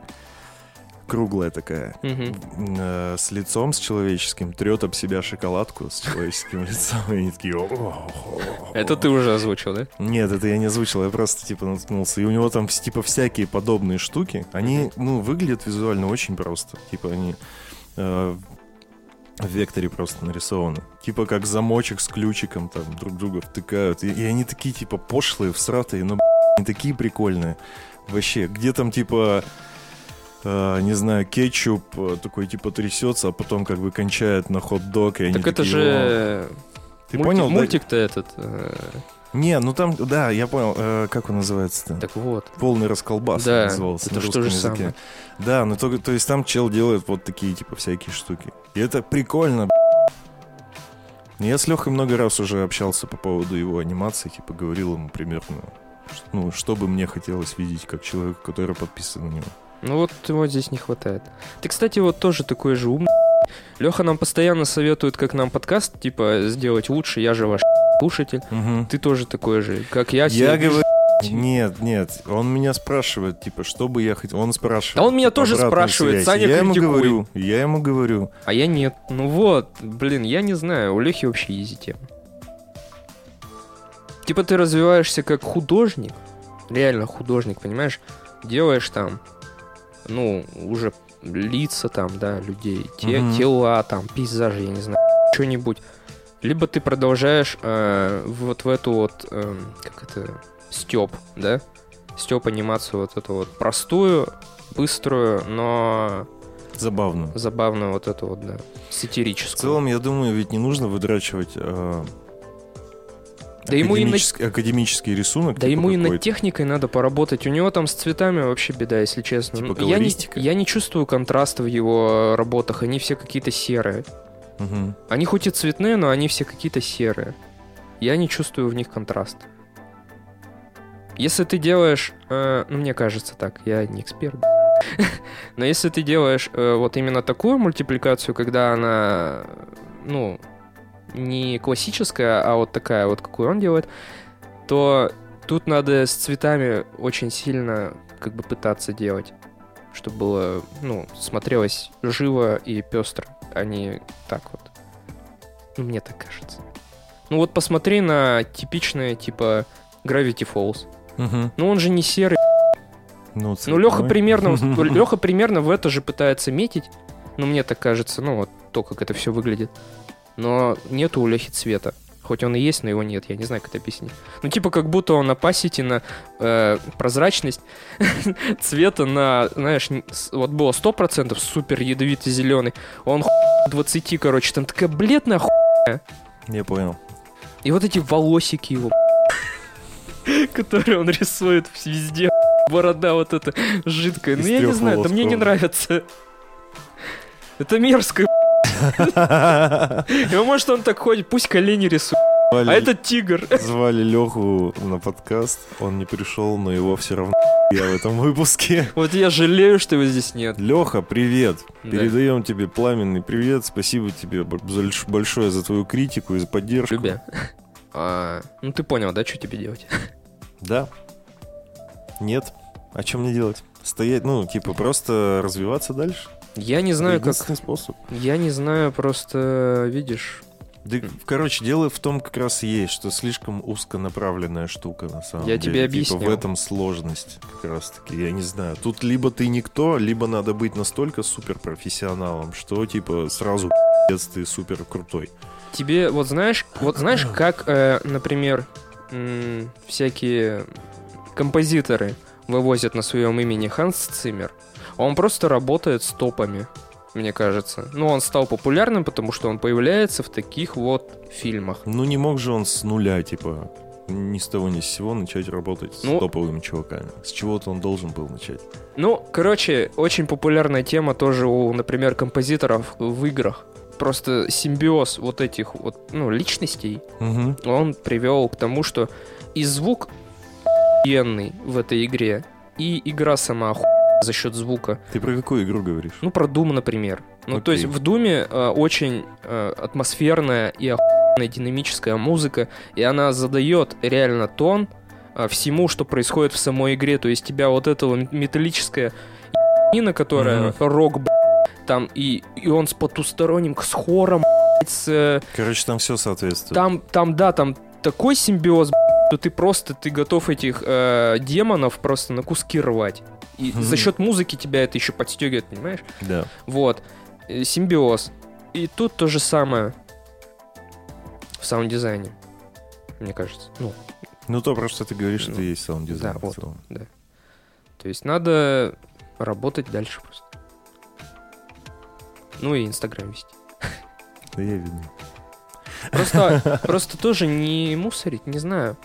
S1: круглая такая,
S2: Мгм.
S1: э, с лицом, с человеческим, трет об себя шоколадку с человеческим [laughs] лицом. И они такие... «О, о, о».
S2: Это ты уже озвучил, да?
S1: Нет, это я не озвучил, я просто типа наткнулся. И у него там типа всякие подобные штуки. Они, ну, выглядят визуально очень просто. Типа они э, в векторе просто нарисованы. Типа как замочек с ключиком там друг друга втыкают. И, и они такие типа пошлые, всратые, но не такие прикольные. Вообще, где там типа, э, не знаю, кетчуп э, такой типа трясется, а потом как бы кончает на хот-дог. И они
S2: Так это
S1: такие, «О».
S2: же... э,
S1: Ты
S2: мульти-
S1: понял, да?
S2: Мультик-то этот. э,
S1: Не, ну там, да, я понял, э, как он называется-то?
S2: Так вот.
S1: Полный расколбас
S2: Да,
S1: он назывался
S2: это
S1: на
S2: ж то
S1: русском
S2: же
S1: языке.
S2: самое.
S1: Да, но то, то есть там чел делает вот такие типа всякие штуки. И это прикольно. б***ь. Я с Лехой много раз уже общался по поводу его анимации, типа говорил ему примерно, ш- ну, что бы мне хотелось видеть как человек, который подписан на него.
S2: Ну вот его здесь не хватает. Ты, кстати, вот тоже такой же умный. Леха нам постоянно советует, как нам подкаст, типа, сделать лучше. Я же ваш [laughs] слушатель. Ты тоже такой же, как я. типа.
S1: Я
S2: себя вижу.
S1: говорю, нет, нет, он меня спрашивает, типа, что бы я хотел, он спрашивает.
S2: Да он меня
S1: типа,
S2: тоже
S1: обратную
S2: спрашивает,
S1: связь.
S2: Саня,
S1: я ему
S2: критикуй.
S1: говорю, я ему говорю,
S2: А я нет. Ну вот, блин, я не знаю, у Лехи вообще изи тема. Типа ты развиваешься как художник, реально художник, понимаешь? Делаешь там, ну, уже лица там, да, людей, те,
S1: Мгм.
S2: тела там, пейзажи, я не знаю, что-нибудь. Либо ты продолжаешь э, вот в эту вот, эм, как это, степ, да? Степ анимацию вот эту вот простую, быструю, но
S1: забавно.
S2: забавную вот эту вот, да,
S1: В
S2: сатирическую.
S1: целом, я думаю, ведь не нужно выдрачивать э,
S2: Да ему и на-
S1: Академический- Академический рисунок.
S2: Да
S1: типа,
S2: ему и над
S1: какой-то.
S2: техникой надо поработать. У него там с цветами вообще беда, если честно.
S1: Типа
S2: я, не,
S1: колористика?
S2: я не чувствую контраста в его э, работах. Они все какие-то серые.
S1: Мгм.
S2: Они хоть и цветные, но они все какие-то серые. Я не чувствую в них контраст. Если ты делаешь, э, ну мне кажется так, я не эксперт, [laughs] но если ты делаешь э, вот именно такую мультипликацию, когда она, ну, не классическая, а вот такая вот, какую он делает, то тут надо с цветами очень сильно как бы пытаться делать, чтобы было, ну, смотрелось живо и пестро, а не так вот. Ну, мне так кажется. Ну вот посмотри на типичное, типа, Gravity Falls.
S1: Мгм.
S2: Ну он же не серый.
S1: Ну,
S2: Ну Леха примерно, Леха примерно в это же пытается метить. Ну мне так кажется, ну вот то, как это все выглядит. Но нету у Лехи цвета. Хоть он и есть, но его нет. Я не знаю, как это объяснить. Ну типа как будто он опасити на э, прозрачность [laughs] цвета на, знаешь, н- с- вот было 100% супер ядовитый зеленый. Он хуй 20, короче, там такая бледная
S1: Я
S2: [laughs]
S1: понял.
S2: И вот эти волосики его, [laughs] которые он рисует везде. [laughs] Борода вот эта жидкая.
S1: Из
S2: Ну я не
S1: трёх
S2: знаю, да
S1: волос
S2: мне не
S1: кровь.
S2: нравится. [laughs] Это мерзко. [laughs] Ну, может, он так ходит, пусть колени рисует. А
S1: Валя-
S2: это тигр. [laughs]
S1: Звали Леху на подкаст, он не пришел, но его все равно [laughs] я в этом выпуске.
S2: Вот я жалею, что его здесь нет.
S1: Леха, привет!
S2: Да.
S1: Передаем тебе пламенный привет. Спасибо тебе б- за лиш- большое за твою критику и за поддержку.
S2: [laughs] Любя. А, Ну ты понял, да, что тебе делать?
S1: Да. Нет. А чем мне делать? Стоять, ну, типа, просто развиваться дальше.
S2: Я не знаю,
S1: Это
S2: как...
S1: единственный способ.
S2: Я не знаю, просто, видишь...
S1: Да, короче, дело в том как раз и есть, что слишком узконаправленная штука, на самом
S2: Я
S1: деле.
S2: тебе
S1: Типа, в
S2: объяснил.
S1: этом сложность как раз-таки. Я не знаю. Тут либо ты никто, либо надо быть настолько суперпрофессионалом, что, типа, сразу пи***ц, ты супер крутой.
S2: Тебе вот знаешь, вот знаешь, как, э, например, м, всякие композиторы вывозят на своем имени Ханс Циммер. Он просто работает с топами, мне кажется. Ну, он стал популярным, потому что он появляется в таких вот фильмах.
S1: Ну, не мог же он с нуля, типа, ни с того ни с сего начать работать
S2: Ну-
S1: с топовыми чуваками. С чего-то он должен был начать.
S2: Ну, короче, очень популярная тема тоже у, например, композиторов в играх. Просто симбиоз вот этих вот, ну, личностей,
S1: Угу.
S2: он привел к тому, что и звук охуенный в этой игре, и игра сама охуенная за счет звука.
S1: Ты про какую игру говоришь?
S2: Ну, про Doom, например. Ну, то
S1: Окей.
S2: есть в Думе очень э, атмосферная и охуенная динамическая музыка, и она задает реально тон э, всему, что происходит в самой игре. То есть тебя вот этого м- металлическая ебанина, которая
S1: Мгм.
S2: рок, б***ь, там, и, и он с потусторонним, с хором, б***ь, с... э,
S1: Короче, там все соответствует.
S2: там, там, да, там такой симбиоз, б***ь, что ты просто, ты готов этих э, демонов просто на куски рвать. И
S1: Мгм.
S2: за счет музыки тебя это еще подстегивает, понимаешь?
S1: Да.
S2: Вот. Э, Симбиоз. И тут то же самое в саунд-дизайне, мне кажется. Ну,
S1: Ну, то, про что ты говоришь,
S2: Ну,
S1: это и есть саунд-дизайн.
S2: да,
S1: в
S2: вот.
S1: целом.
S2: то есть надо работать дальше просто. Ну и Инстаграм вести.
S1: Да я видно.
S2: Просто, просто тоже не мусорить, не знаю.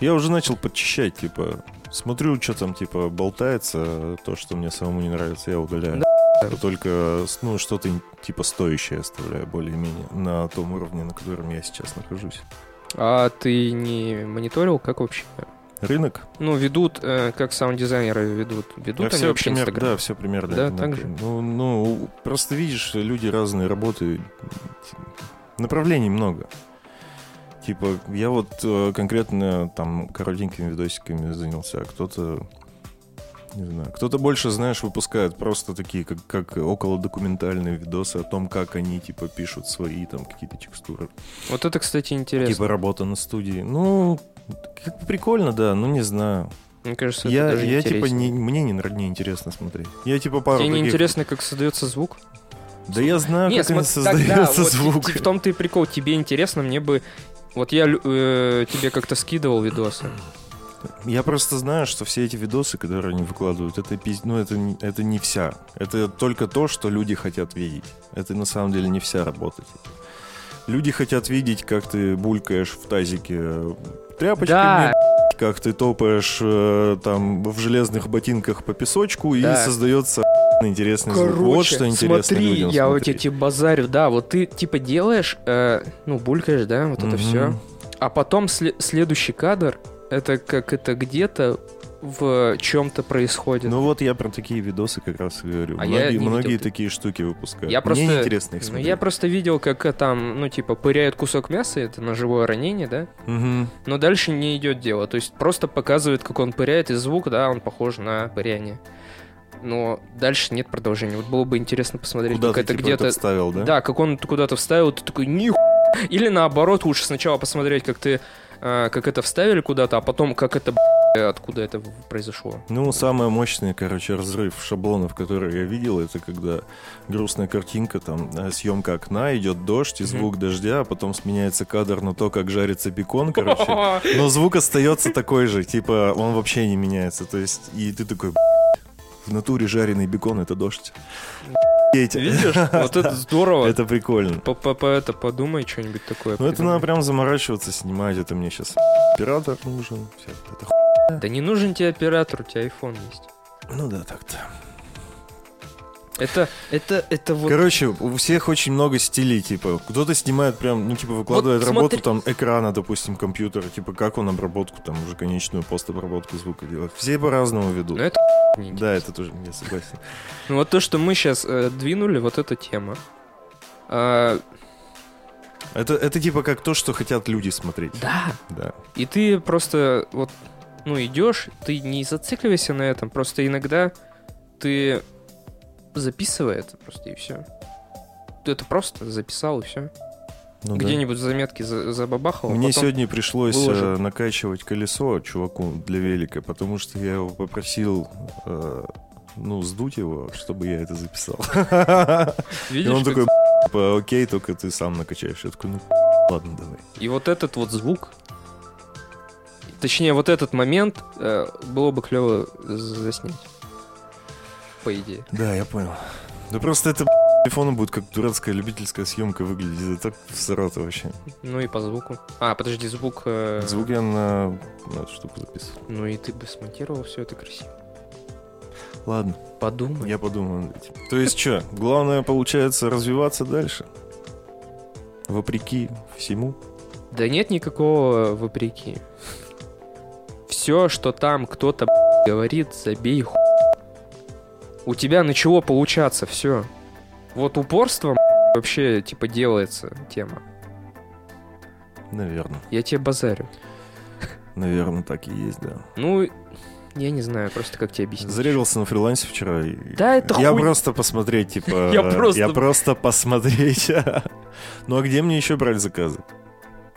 S1: Я уже начал подчищать, типа, смотрю, что там, типа, болтается, то, что мне самому не нравится, я удаляю.
S2: Да.
S1: То Только, с- ну, что-то, типа, стоящее оставляю более-менее на том уровне, на котором я сейчас нахожусь.
S2: А ты не мониторил, как вообще
S1: Рынок?
S2: Ну, ведут, э, как саунд-дизайнеры ведут. Ведут
S1: Да,
S2: они
S1: все
S2: вообще
S1: примерно,
S2: Инстаграм?
S1: да, все примерно.
S2: Да,
S1: одинаково.
S2: так же?
S1: Ну, ну, просто видишь, люди разные работы, направлений много. Типа, я вот э, конкретно там коротенькими видосиками занялся, а кто-то, не знаю, кто-то больше, знаешь, выпускает просто такие, как, как около документальные видосы о том, как они, типа, пишут свои там какие-то текстуры.
S2: Вот это, кстати, интересно.
S1: Типа, работа на студии. Ну, как бы прикольно, да, ну, не знаю.
S2: Мне кажется,
S1: Я,
S2: это даже
S1: я типа,
S2: интереснее.
S1: не, мне не, нрав- не интересно смотреть. Я типа пару
S2: Тебе не
S1: таких-
S2: интересно, как создается звук?
S1: Да я знаю,
S2: Нет,
S1: как он
S2: смотри, так, да,
S1: создается
S2: вот
S1: звук.
S2: ти- ти- в том-то и прикол. Тебе интересно, мне бы... Вот я лю- э, тебе как-то скидывал видосы.
S1: Я просто знаю, что все эти видосы, которые они выкладывают, это пиз- ну это не- это не вся, это только то, что люди хотят видеть. Это на самом деле не вся работа. типа. Люди хотят видеть, как ты булькаешь в тазике э, тряпочками,
S2: Да,
S1: как ты топаешь э, там в железных ботинках по песочку, и
S2: Да.
S1: создается интересный звук. Вот
S2: Короче,
S1: что интересно
S2: смотри,
S1: людям
S2: я вот я
S1: смотреть.
S2: тебе типа базарю, да, вот ты типа делаешь, э, ну, булькаешь, да, вот это
S1: Мгм.
S2: все. А потом сле- следующий кадр, это как это где-то в чем-то происходит.
S1: Ну вот я про такие видосы как раз и говорю.
S2: А я
S1: многие
S2: не видел
S1: многие
S2: таких.
S1: такие штуки выпускают.
S2: Я просто-
S1: Мне интересно их
S2: Ну,
S1: смотреть.
S2: я просто видел, как э, там, ну, типа, пыряют кусок мяса, это ножевое ранение, да?
S1: Мгм.
S2: Но дальше не идет дело. То есть просто показывает, как он пыряет, и звук, да, он похож на пыряние. Но дальше нет продолжения. Вот было бы интересно посмотреть,
S1: Куда
S2: как
S1: ты
S2: это
S1: типа,
S2: где-то.
S1: это вставил, да?
S2: Да, как он это куда-то вставил, ты такой них. Или наоборот, лучше сначала посмотреть, как ты э, как это вставили куда-то, а потом как это б***ь, откуда это произошло.
S1: Ну, самый мощный, короче, разрыв шаблонов, который я видел, это когда грустная картинка, там, э, съемка окна, идет дождь и
S2: Мгм.
S1: звук дождя, а потом сменяется кадр на то, как жарится
S2: [laughs]
S1: бекон, короче. Но звук остается такой же, типа он вообще не меняется. То есть, и ты такой, «Б***ь, в натуре жареный бекон это дождь. Б***ть,
S2: Видишь? Вот это здорово.
S1: Это прикольно.
S2: По- по- по- Это подумай что-нибудь такое.
S1: Ну это
S2: придумай.
S1: надо прям заморачиваться, снимать. Это мне сейчас оператор нужен. вся вот эта ху-
S2: Да не нужен тебе оператор, у тебя iPhone есть.
S1: Ну да, так-то.
S2: Это, это, это вот...
S1: Короче, у всех очень много стилей, типа. Кто-то снимает прям, ну типа выкладывает
S2: Вот
S1: работу
S2: смотри-
S1: там экрана, допустим, компьютера, типа как он обработку там уже конечную постобработку звука делает. Все по-разному ведут.
S2: Ну это охренеть.
S1: Да, это тоже, я согласен.
S2: Ну вот то, что мы сейчас двинули, вот эта тема. А,
S1: Это, это типа как то, что хотят люди смотреть.
S2: да.
S1: Да.
S2: И ты просто вот, ну, идешь, ты не зацикливайся на этом, просто иногда ты записывай это просто и все. Ты это просто записал и все.
S1: Ну да.
S2: Где-нибудь заметки за- забабахал. а
S1: Мне
S2: потом-
S1: сегодня пришлось э,
S2: выложит.
S1: накачивать колесо чуваку для велика, потому что я его попросил, э, ну, сдуть его, чтобы я это записал. [laughs] И
S2: видишь,
S1: он
S2: как-
S1: такой, «Б***ь, типа, окей, только ты сам накачаешь. Я такой, ну, «Б***ь, ладно, давай.
S2: И вот этот вот звук, точнее, вот этот момент э, было бы клево заснять. По идее.
S1: Да, я понял. Да просто это б***ь, телефону будет как дурацкая любительская съемка выглядеть. Это так всрато вообще.
S2: Ну и по звуку. А, подожди, звук... э,
S1: Звук я на, на эту штуку записывал.
S2: Ну и ты бы смонтировал все это красиво.
S1: Ладно.
S2: Подумай.
S1: Я подумаю над этим. То есть что, главное получается развиваться дальше? Вопреки всему.
S2: Да нет никакого вопреки. Все, что там кто-то б***ь, говорит, забей ху. У тебя начало получаться все. Вот упорством б***ь, вообще, типа, делается тема.
S1: Наверное.
S2: Я тебе базарю.
S1: Наверное, так и есть, да.
S2: Ну, я не знаю просто, как тебе объяснить.
S1: Зарегался на фрилансе вчера. и-
S2: Да, это
S1: Я
S2: хуй.
S1: просто посмотреть, типа...
S2: [laughs] Я просто-
S1: Я просто посмотреть. [laughs] Ну а где мне еще брать заказы?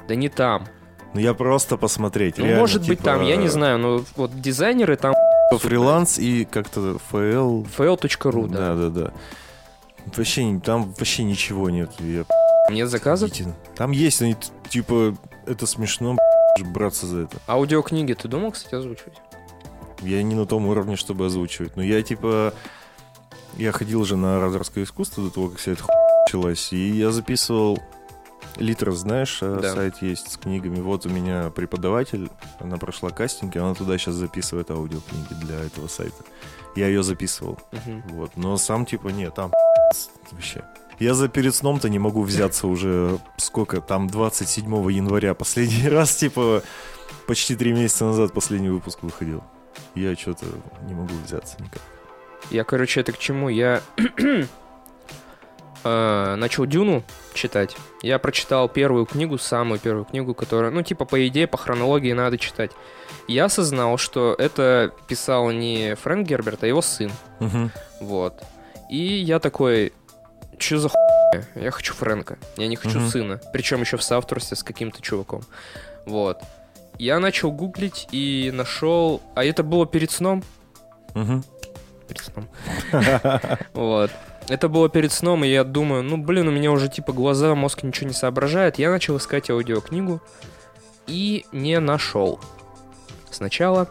S2: Да не там.
S1: Ну я просто посмотреть.
S2: Ну,
S1: реально,
S2: может быть
S1: типа,
S2: там, я не знаю, но вот дизайнеры там
S1: [laughs] Фриланс и как-то ФЛ.
S2: fl.ru, да.
S1: Да, да, да. Вообще, не- там вообще ничего нет. Я
S2: Нет заказов.
S1: Идите. Там есть, они т- типа, это смешно, [laughs] б***ь, браться за это.
S2: Аудиокниги ты думал, кстати, озвучивать?
S1: Я не на том уровне, чтобы озвучивать. Но я, типа, я ходил же на ораторское искусство до того, как вся эта хуйня началась, и я записывал Литрос, знаешь, э,
S2: Да.
S1: сайт есть с книгами. Вот у меня преподаватель, она прошла кастинг, и она туда сейчас записывает аудиокниги для этого сайта. Я ее записывал.
S2: Мгм.
S1: Вот, но сам типа нет, там вообще. Я за перед сном-то не могу взяться уже сколько, там 27 января последний [laughs] раз, типа почти три месяца назад последний выпуск выходил. Я что-то не могу взяться никак.
S2: Я, короче, это к чему? Я [clears throat] э, начал Дюну читать. Я прочитал первую книгу, самую первую книгу, которая, ну, типа, по идее, по хронологии надо читать. Я осознал, что это писал не Фрэнк Герберт, а его сын. Вот. И я такой, что за хуйня? Я хочу Фрэнка, я не хочу
S1: Мгм.
S2: сына. Причем еще в соавторстве с каким-то чуваком. Вот. Я начал гуглить и нашел... А это было перед сном?
S1: Мгм.
S2: Перед сном. Вот. Это было перед сном, и я думаю, ну, блин, у меня уже, типа, глаза, мозг ничего не соображает. Я начал искать аудиокнигу и не нашел. Сначала,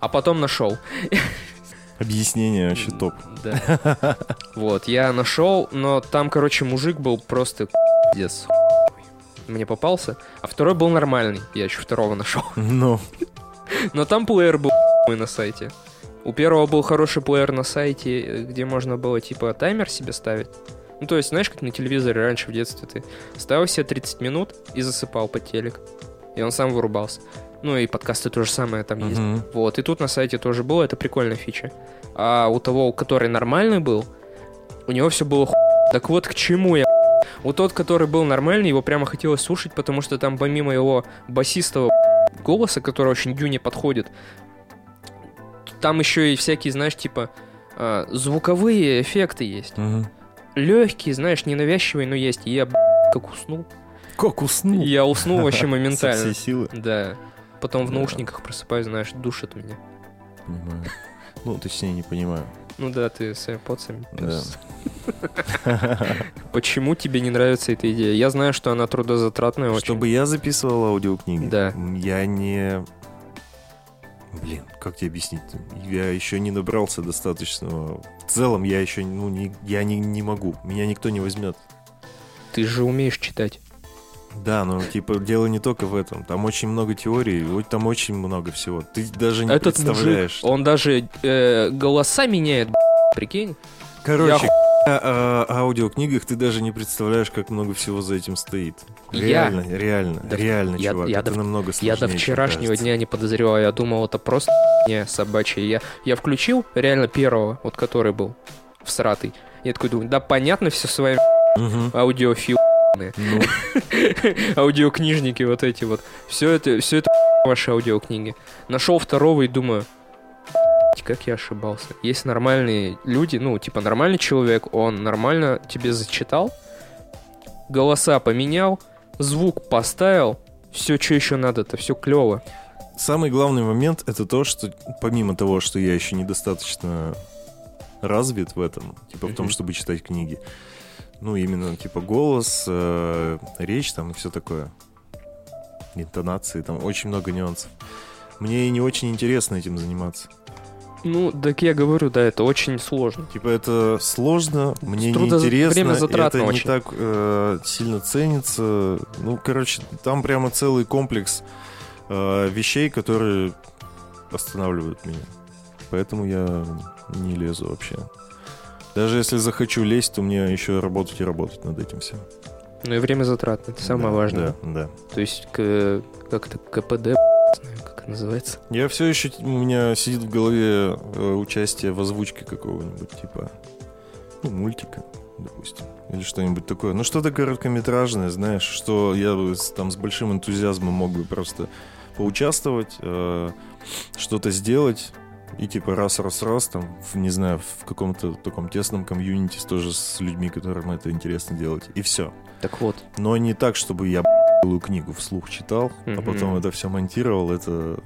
S2: а потом нашел.
S1: Объяснение вообще
S2: М,
S1: топ.
S2: Да. [laughs] Вот, я нашел, но там, короче, мужик был просто пиздец. мне попался, а второй был нормальный, я еще второго нашел.
S1: Ну,
S2: [laughs] Но там плеер был хуй на сайте. У первого был хороший плеер на сайте, э, где можно было типа таймер себе ставить. Ну, то есть, знаешь, как на телевизоре раньше в детстве ты ставил себе 30 минут и засыпал под телек. И он сам вырубался. Ну и подкасты то же самое там есть.
S1: мгм.
S2: Вот, и тут на сайте тоже было, это прикольная фича. А у того, у который нормальный был, у него все было ху... Так вот к чему я ху- У тот, который был нормальный, его прямо хотелось слушать, потому что там помимо его басистого ху- голоса, который очень дюне подходит, там еще и всякие, знаешь, типа а, звуковые эффекты есть.
S1: Мгм.
S2: Легкие, знаешь, ненавязчивые, но есть. И я б***, как уснул.
S1: Как уснул?
S2: Я уснул вообще
S1: Со всей
S2: моментально.
S1: ну. силы.
S2: Да. Потом в
S1: Да.
S2: наушниках просыпаюсь, знаешь, душит меня.
S1: Понимаю. Ну, точнее, не понимаю.
S2: Ну да, ты с AirPods. пёс.
S1: Чтобы
S2: [laughs] Почему тебе не нравится эта идея? Я знаю, что она трудозатратная очень.
S1: я записывал аудиокниги,
S2: Да.
S1: я не... Блин, как тебе объяснить? Я еще не набрался достаточного. В целом я еще ну, не, я не, не могу. Меня никто не возьмет.
S2: Ты же умеешь читать.
S1: Да, но типа дело не только в этом. Там очень много теорий, вот там очень много всего. Ты даже не
S2: Этот мужик,
S1: представляешь.
S2: он даже э, голоса меняет, б***ь, прикинь.
S1: Короче, о, о аудиокнигах ты даже не представляешь, как много всего за этим стоит.
S2: Я-
S1: Реально, реально,
S2: Да в-
S1: реально,
S2: я-
S1: чувак.
S2: я
S1: это
S2: до-
S1: намного
S2: я
S1: сложнее.
S2: до
S1: чем
S2: вчерашнего
S1: кажется.
S2: дня не подозревал, я думал, это просто не собачья. Я, я включил реально первого, вот который был, всратый. Я такой думаю, да понятно все с вами, А,
S1: Мгм.
S2: аудиофил,
S1: Ну,
S2: [laughs] аудиокнижники вот эти вот. Все это, все это [laughs] ваши аудиокниги. Нашел второго и думаю, [laughs] «Ебать, как я ошибался. Есть нормальные люди, ну, типа нормальный человек, он нормально тебе зачитал, голоса поменял, звук поставил, все, что еще надо-то, все клево.
S1: самый главный момент это то, что помимо того, что я еще недостаточно развит в этом, типа в том,
S2: Мгм.
S1: чтобы читать книги, ну именно типа голос, э, речь там и все такое, интонации, там очень много нюансов. Мне и не очень интересно этим заниматься.
S2: Ну, так я говорю, да, это очень сложно.
S1: Типа это сложно, мне не
S2: трудоза-
S1: интересно,
S2: времязатратно
S1: это не
S2: очень.
S1: так э, сильно ценится. Ну, короче, там прямо целый комплекс э, вещей, которые останавливают меня. Поэтому я не лезу вообще. Даже если захочу лезть, то мне еще работать и работать над этим всем.
S2: Ну и время затратно, это самое
S1: Да,
S2: важное.
S1: Да, да.
S2: То есть, к- как это, КПД, [laughs] не знаю, как это называется.
S1: Я все еще, у меня сидит в голове э, участие в озвучке какого-нибудь, типа, ну, мультика, допустим, или что-нибудь такое. Ну, что-то короткометражное, знаешь, что я бы с- там с большим энтузиазмом мог бы просто поучаствовать, э, что-то сделать, и типа раз-раз-раз там, в, не знаю, в каком-то таком тесном комьюнити с- тоже с людьми, которым это интересно делать, и все.
S2: Так вот,
S1: Но не так, чтобы я целую книгу вслух читал, а
S2: Мгм.
S1: потом это все монтировал, это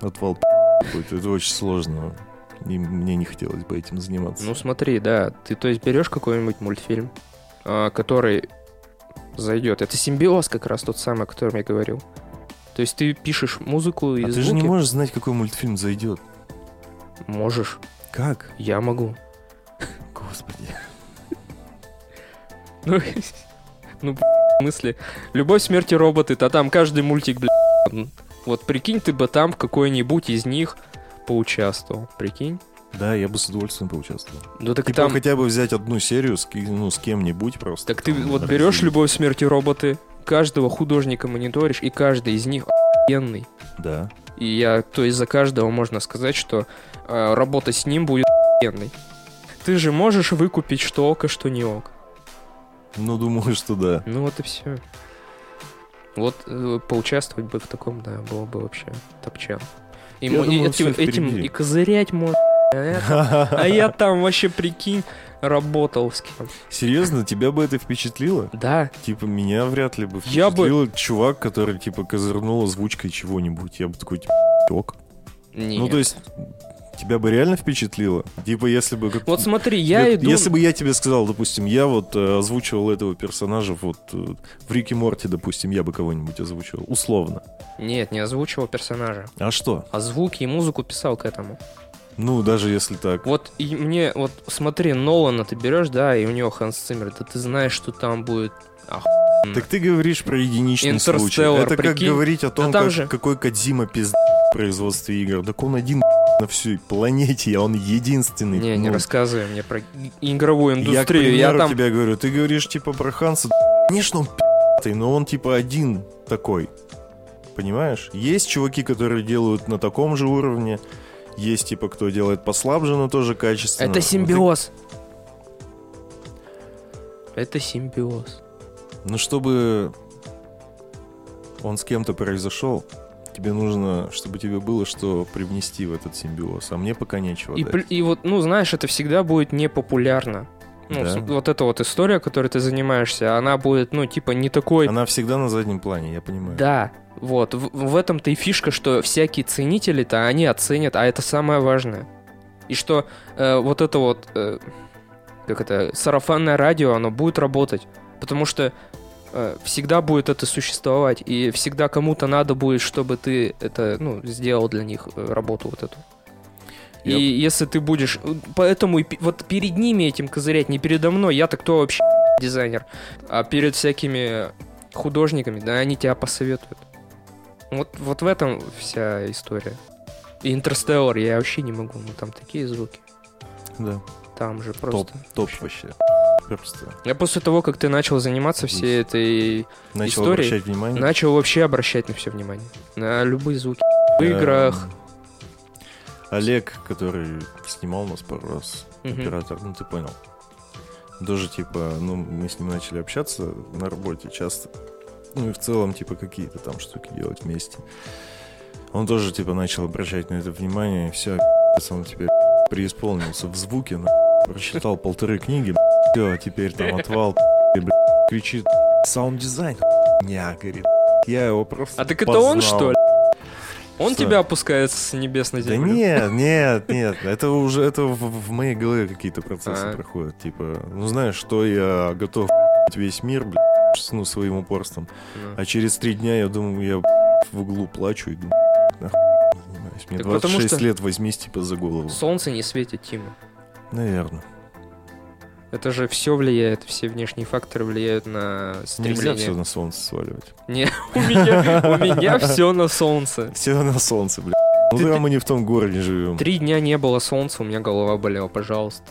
S1: отвал какой-то. Это очень сложно. И мне не хотелось бы этим заниматься.
S2: Ну смотри, да, ты то есть берешь какой-нибудь мультфильм, а, который зайдет. Это симбиоз как раз тот самый, о котором я говорил. То есть ты пишешь музыку и
S1: а ты
S2: звуки.
S1: же не можешь знать, какой мультфильм зайдет.
S2: Можешь,
S1: Как?
S2: я могу. [laughs]
S1: Господи.
S2: Ну, ну, б***ь, в смысле, любовь смерти роботы, то там каждый мультик, блядь. Вот прикинь, ты бы там в какой-нибудь из них поучаствовал. Прикинь?
S1: Да, я бы с удовольствием поучаствовал.
S2: Ну так
S1: Типа
S2: там.
S1: хотя бы взять одну серию с, ки- ну, с кем-нибудь просто.
S2: Так ты
S1: там,
S2: вот
S1: разделить.
S2: берешь любовь смерти роботы, каждого художника мониторишь, и каждый из них охуенный.
S1: Да.
S2: И я, то есть за каждого можно сказать, что э, работа с ним будет охуенной. Ты же можешь выкупить что ок, а что не ок.
S1: Ну, думаю, что да.
S2: Ну вот и все. Вот э, поучаствовать бы в таком, да, было бы вообще топчан. И,
S1: Я
S2: мо- и
S1: думаю,
S2: этим,
S1: всё
S2: этим
S1: впереди.
S2: и козырять можно. А я-
S1: [laughs]
S2: А я там вообще, прикинь, работал с кем.
S1: Серьезно, тебя бы это впечатлило?
S2: Да,
S1: Типа, меня вряд ли бы
S2: Я бы-
S1: впечатлил чувак, который, типа, козырнул озвучкой чего-нибудь. Я бы такой, типа, ок.
S2: нет.
S1: Ну, то есть, тебя бы реально впечатлило? Типа, если бы... как-
S2: Вот смотри,
S1: как-
S2: я иду...
S1: Если бы я тебе сказал, допустим, я вот э, озвучивал этого персонажа вот э, в Рике Морти, допустим, я бы кого-нибудь озвучивал, условно.
S2: Нет, не озвучивал персонажа.
S1: А что?
S2: А звуки и музыку писал к этому.
S1: Ну, даже если так.
S2: Вот и мне, вот смотри, Нолана ты берешь, да, и у него Ханс Циммер, да ты знаешь, что там будет охуенно.
S1: Так ты говоришь про единичный случай.
S2: Интерстеллар,
S1: Это как
S2: прикинь?
S1: говорить о том,
S2: там
S1: как-
S2: же-
S1: какой Кадзима пизда в производстве игр. Так он один на всей планете, а он единственный.
S2: Не, не
S1: Ну,
S2: рассказывай мне про и- игровую
S1: Я, к
S2: индустрию.
S1: примеру,
S2: Я, там...
S1: тебе говорю, ты говоришь типа про Ханса. Конечно, он пи***тый, но он типа один такой. Понимаешь? Есть чуваки, которые делают на таком же уровне. Есть типа, кто делает послабже, но тоже качественно.
S2: Это
S1: Но ты-
S2: симбиоз. Это симбиоз.
S1: Но Ну, чтобы он с кем-то произошел, тебе нужно, чтобы тебе было что привнести в этот симбиоз. А мне пока нечего.
S2: И,
S1: дать.
S2: пл- и вот, ну, знаешь, это всегда будет непопулярно. Ну,
S1: Да.
S2: с- вот эта вот история, которой ты занимаешься, она будет, ну, типа, не такой...
S1: Она всегда на заднем плане, я понимаю.
S2: Да, вот, в, в этом-то и фишка, что всякие ценители-то, они оценят, а это самое важное. И что э, вот это вот, э, как это, сарафанное радио, оно будет работать, потому что э, всегда будет это существовать, и всегда кому-то надо будет, чтобы ты это, ну, сделал для них э, работу вот эту. И
S1: Я-
S2: если ты будешь... э, Поэтому и пе- вот перед ними этим козырять, не передо мной, я-то кто вообще дизайнер, а перед всякими художниками, да, они тебя посоветуют. Вот, вот в этом вся история. И Интерстеллар я вообще не могу, ну там такие звуки.
S1: Да.
S2: Там же просто...
S1: Топ вообще. Просто
S2: Я после того, как ты начал заниматься всей этой...
S1: начал
S2: Истории
S1: обращать внимание.
S2: Начал вообще обращать на все внимание. На любые звуки. В
S1: Эм,
S2: играх.
S1: Олег, который снимал нас пару раз,
S2: Мгм.
S1: оператор, ну ты понял. Тоже типа, ну мы с ним начали общаться на работе часто. Ну и в целом типа какие-то там штуки делать вместе. Он тоже типа начал обращать на это внимание, и все, он теперь преисполнился в звуке, на прочитал полторы книги, [laughs] все, теперь там отвал, [laughs] и, бля, кричит [laughs] саунд-дизайн, не, говорит, я его просто
S2: А так это он,
S1: познал».
S2: что ли? Он
S1: Что?
S2: тебя опускается с небес на
S1: Да
S2: землю.
S1: нет, нет, нет, это уже это в, в моей голове какие-то процессы
S2: А.
S1: проходят. Типа, ну знаешь, что я готов [laughs] весь мир, блядь, ну, своим упорством.
S2: Ну.
S1: А через три дня я думаю, я в углу плачу и думаю, нахуй я занимаюсь. Мне
S2: Так потому
S1: 26
S2: что-
S1: лет возьмись, типа, за голову.
S2: Солнце не светит, Тима.
S1: Наверное.
S2: Это же все влияет, все внешние факторы влияют на
S1: Нельзя все
S2: стремление.
S1: на солнце сваливать.
S2: У меня, у меня все на солнце.
S1: Все на солнце, блядь. Ну
S2: Ты-
S1: да,
S2: ты-
S1: мы не в том городе живем.
S2: Три дня не было солнца, у меня голова болела, пожалуйста.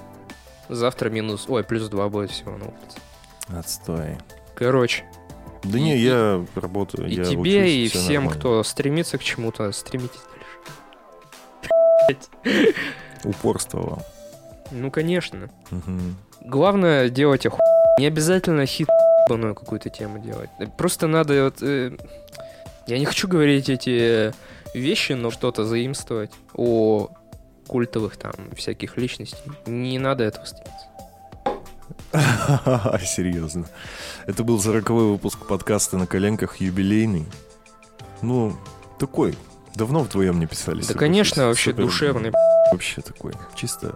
S2: Завтра минус, ой, плюс два будет всего на улице.
S1: Отстой.
S2: Короче,
S1: Да
S2: И-
S1: не,
S2: и-
S1: я работаю,
S2: и
S1: я
S2: тебе,
S1: учусь,
S2: и
S1: всё
S2: всем,
S1: нормально.
S2: кто стремится к чему-то, стремитесь дальше.
S1: Упорствовал.
S2: Ну, конечно.
S1: Мгм.
S2: Главное делать оху... Не обязательно хит ебаную какую-то тему делать. Просто надо вот... э, Я не хочу говорить эти вещи, но что-то заимствовать о культовых там всяких личностей. Не надо этого стыдиться.
S1: [laughs] Серьезно. Это был сороковой выпуск подкаста «На коленках» юбилейный. Ну, такой. Давно вдвоем не писали.
S2: Да,
S1: согласись.
S2: конечно, вообще
S1: Супер.
S2: душевный.
S1: Вообще такой. Чисто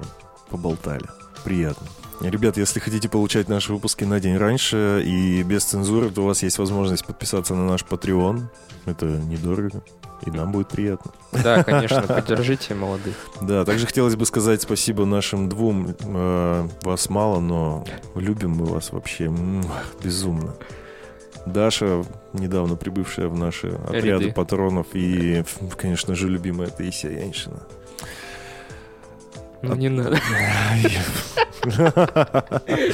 S1: поболтали. Приятно. Ребят, если хотите получать наши выпуски на день раньше и без цензуры, то у вас есть возможность подписаться на наш Patreon. Это недорого. И нам будет приятно. [laughs]
S2: Да, конечно, поддержите молодых.
S1: Да, также хотелось бы сказать спасибо нашим двум. Э, вас мало, но любим мы вас вообще м, безумно. Даша, недавно прибывшая в наши отряды
S2: Ряды.
S1: патронов, и, ф, конечно же, любимая Таисия Яньшина.
S2: Ну
S1: А-
S2: не надо. [laughs]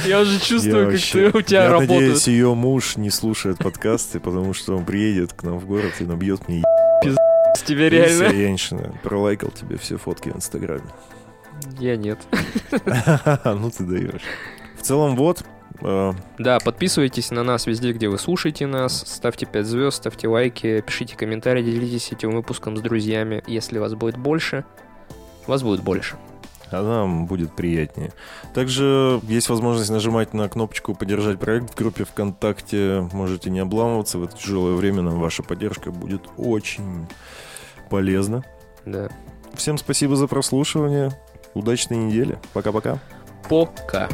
S2: Я уже [laughs] чувствую,
S1: Я
S2: как
S1: вообще-
S2: ты- у тебя
S1: Я
S2: работает
S1: надеюсь, ее муж не слушает подкасты, потому что он приедет к нам в город и набьет мне
S2: [laughs] с тебе
S1: Таисия
S2: реально.
S1: Яньшина. Пролайкал тебе все фотки в Инстаграме. [laughs]
S2: Я нет.
S1: Ну ты даешь. В целом, вот. э,
S2: Да, подписывайтесь на нас везде, где вы слушаете нас. Ставьте 5 звезд, ставьте лайки, пишите комментарии, делитесь этим выпуском с друзьями. Если вас будет больше, вас будет больше.
S1: а нам будет приятнее. Также есть возможность нажимать на кнопочку «Поддержать проект» в группе ВКонтакте. Можете не обламываться, в это тяжелое время нам ваша поддержка будет очень полезна.
S2: Да.
S1: Всем спасибо за прослушивание. Удачной недели. Пока-пока.
S2: Пока.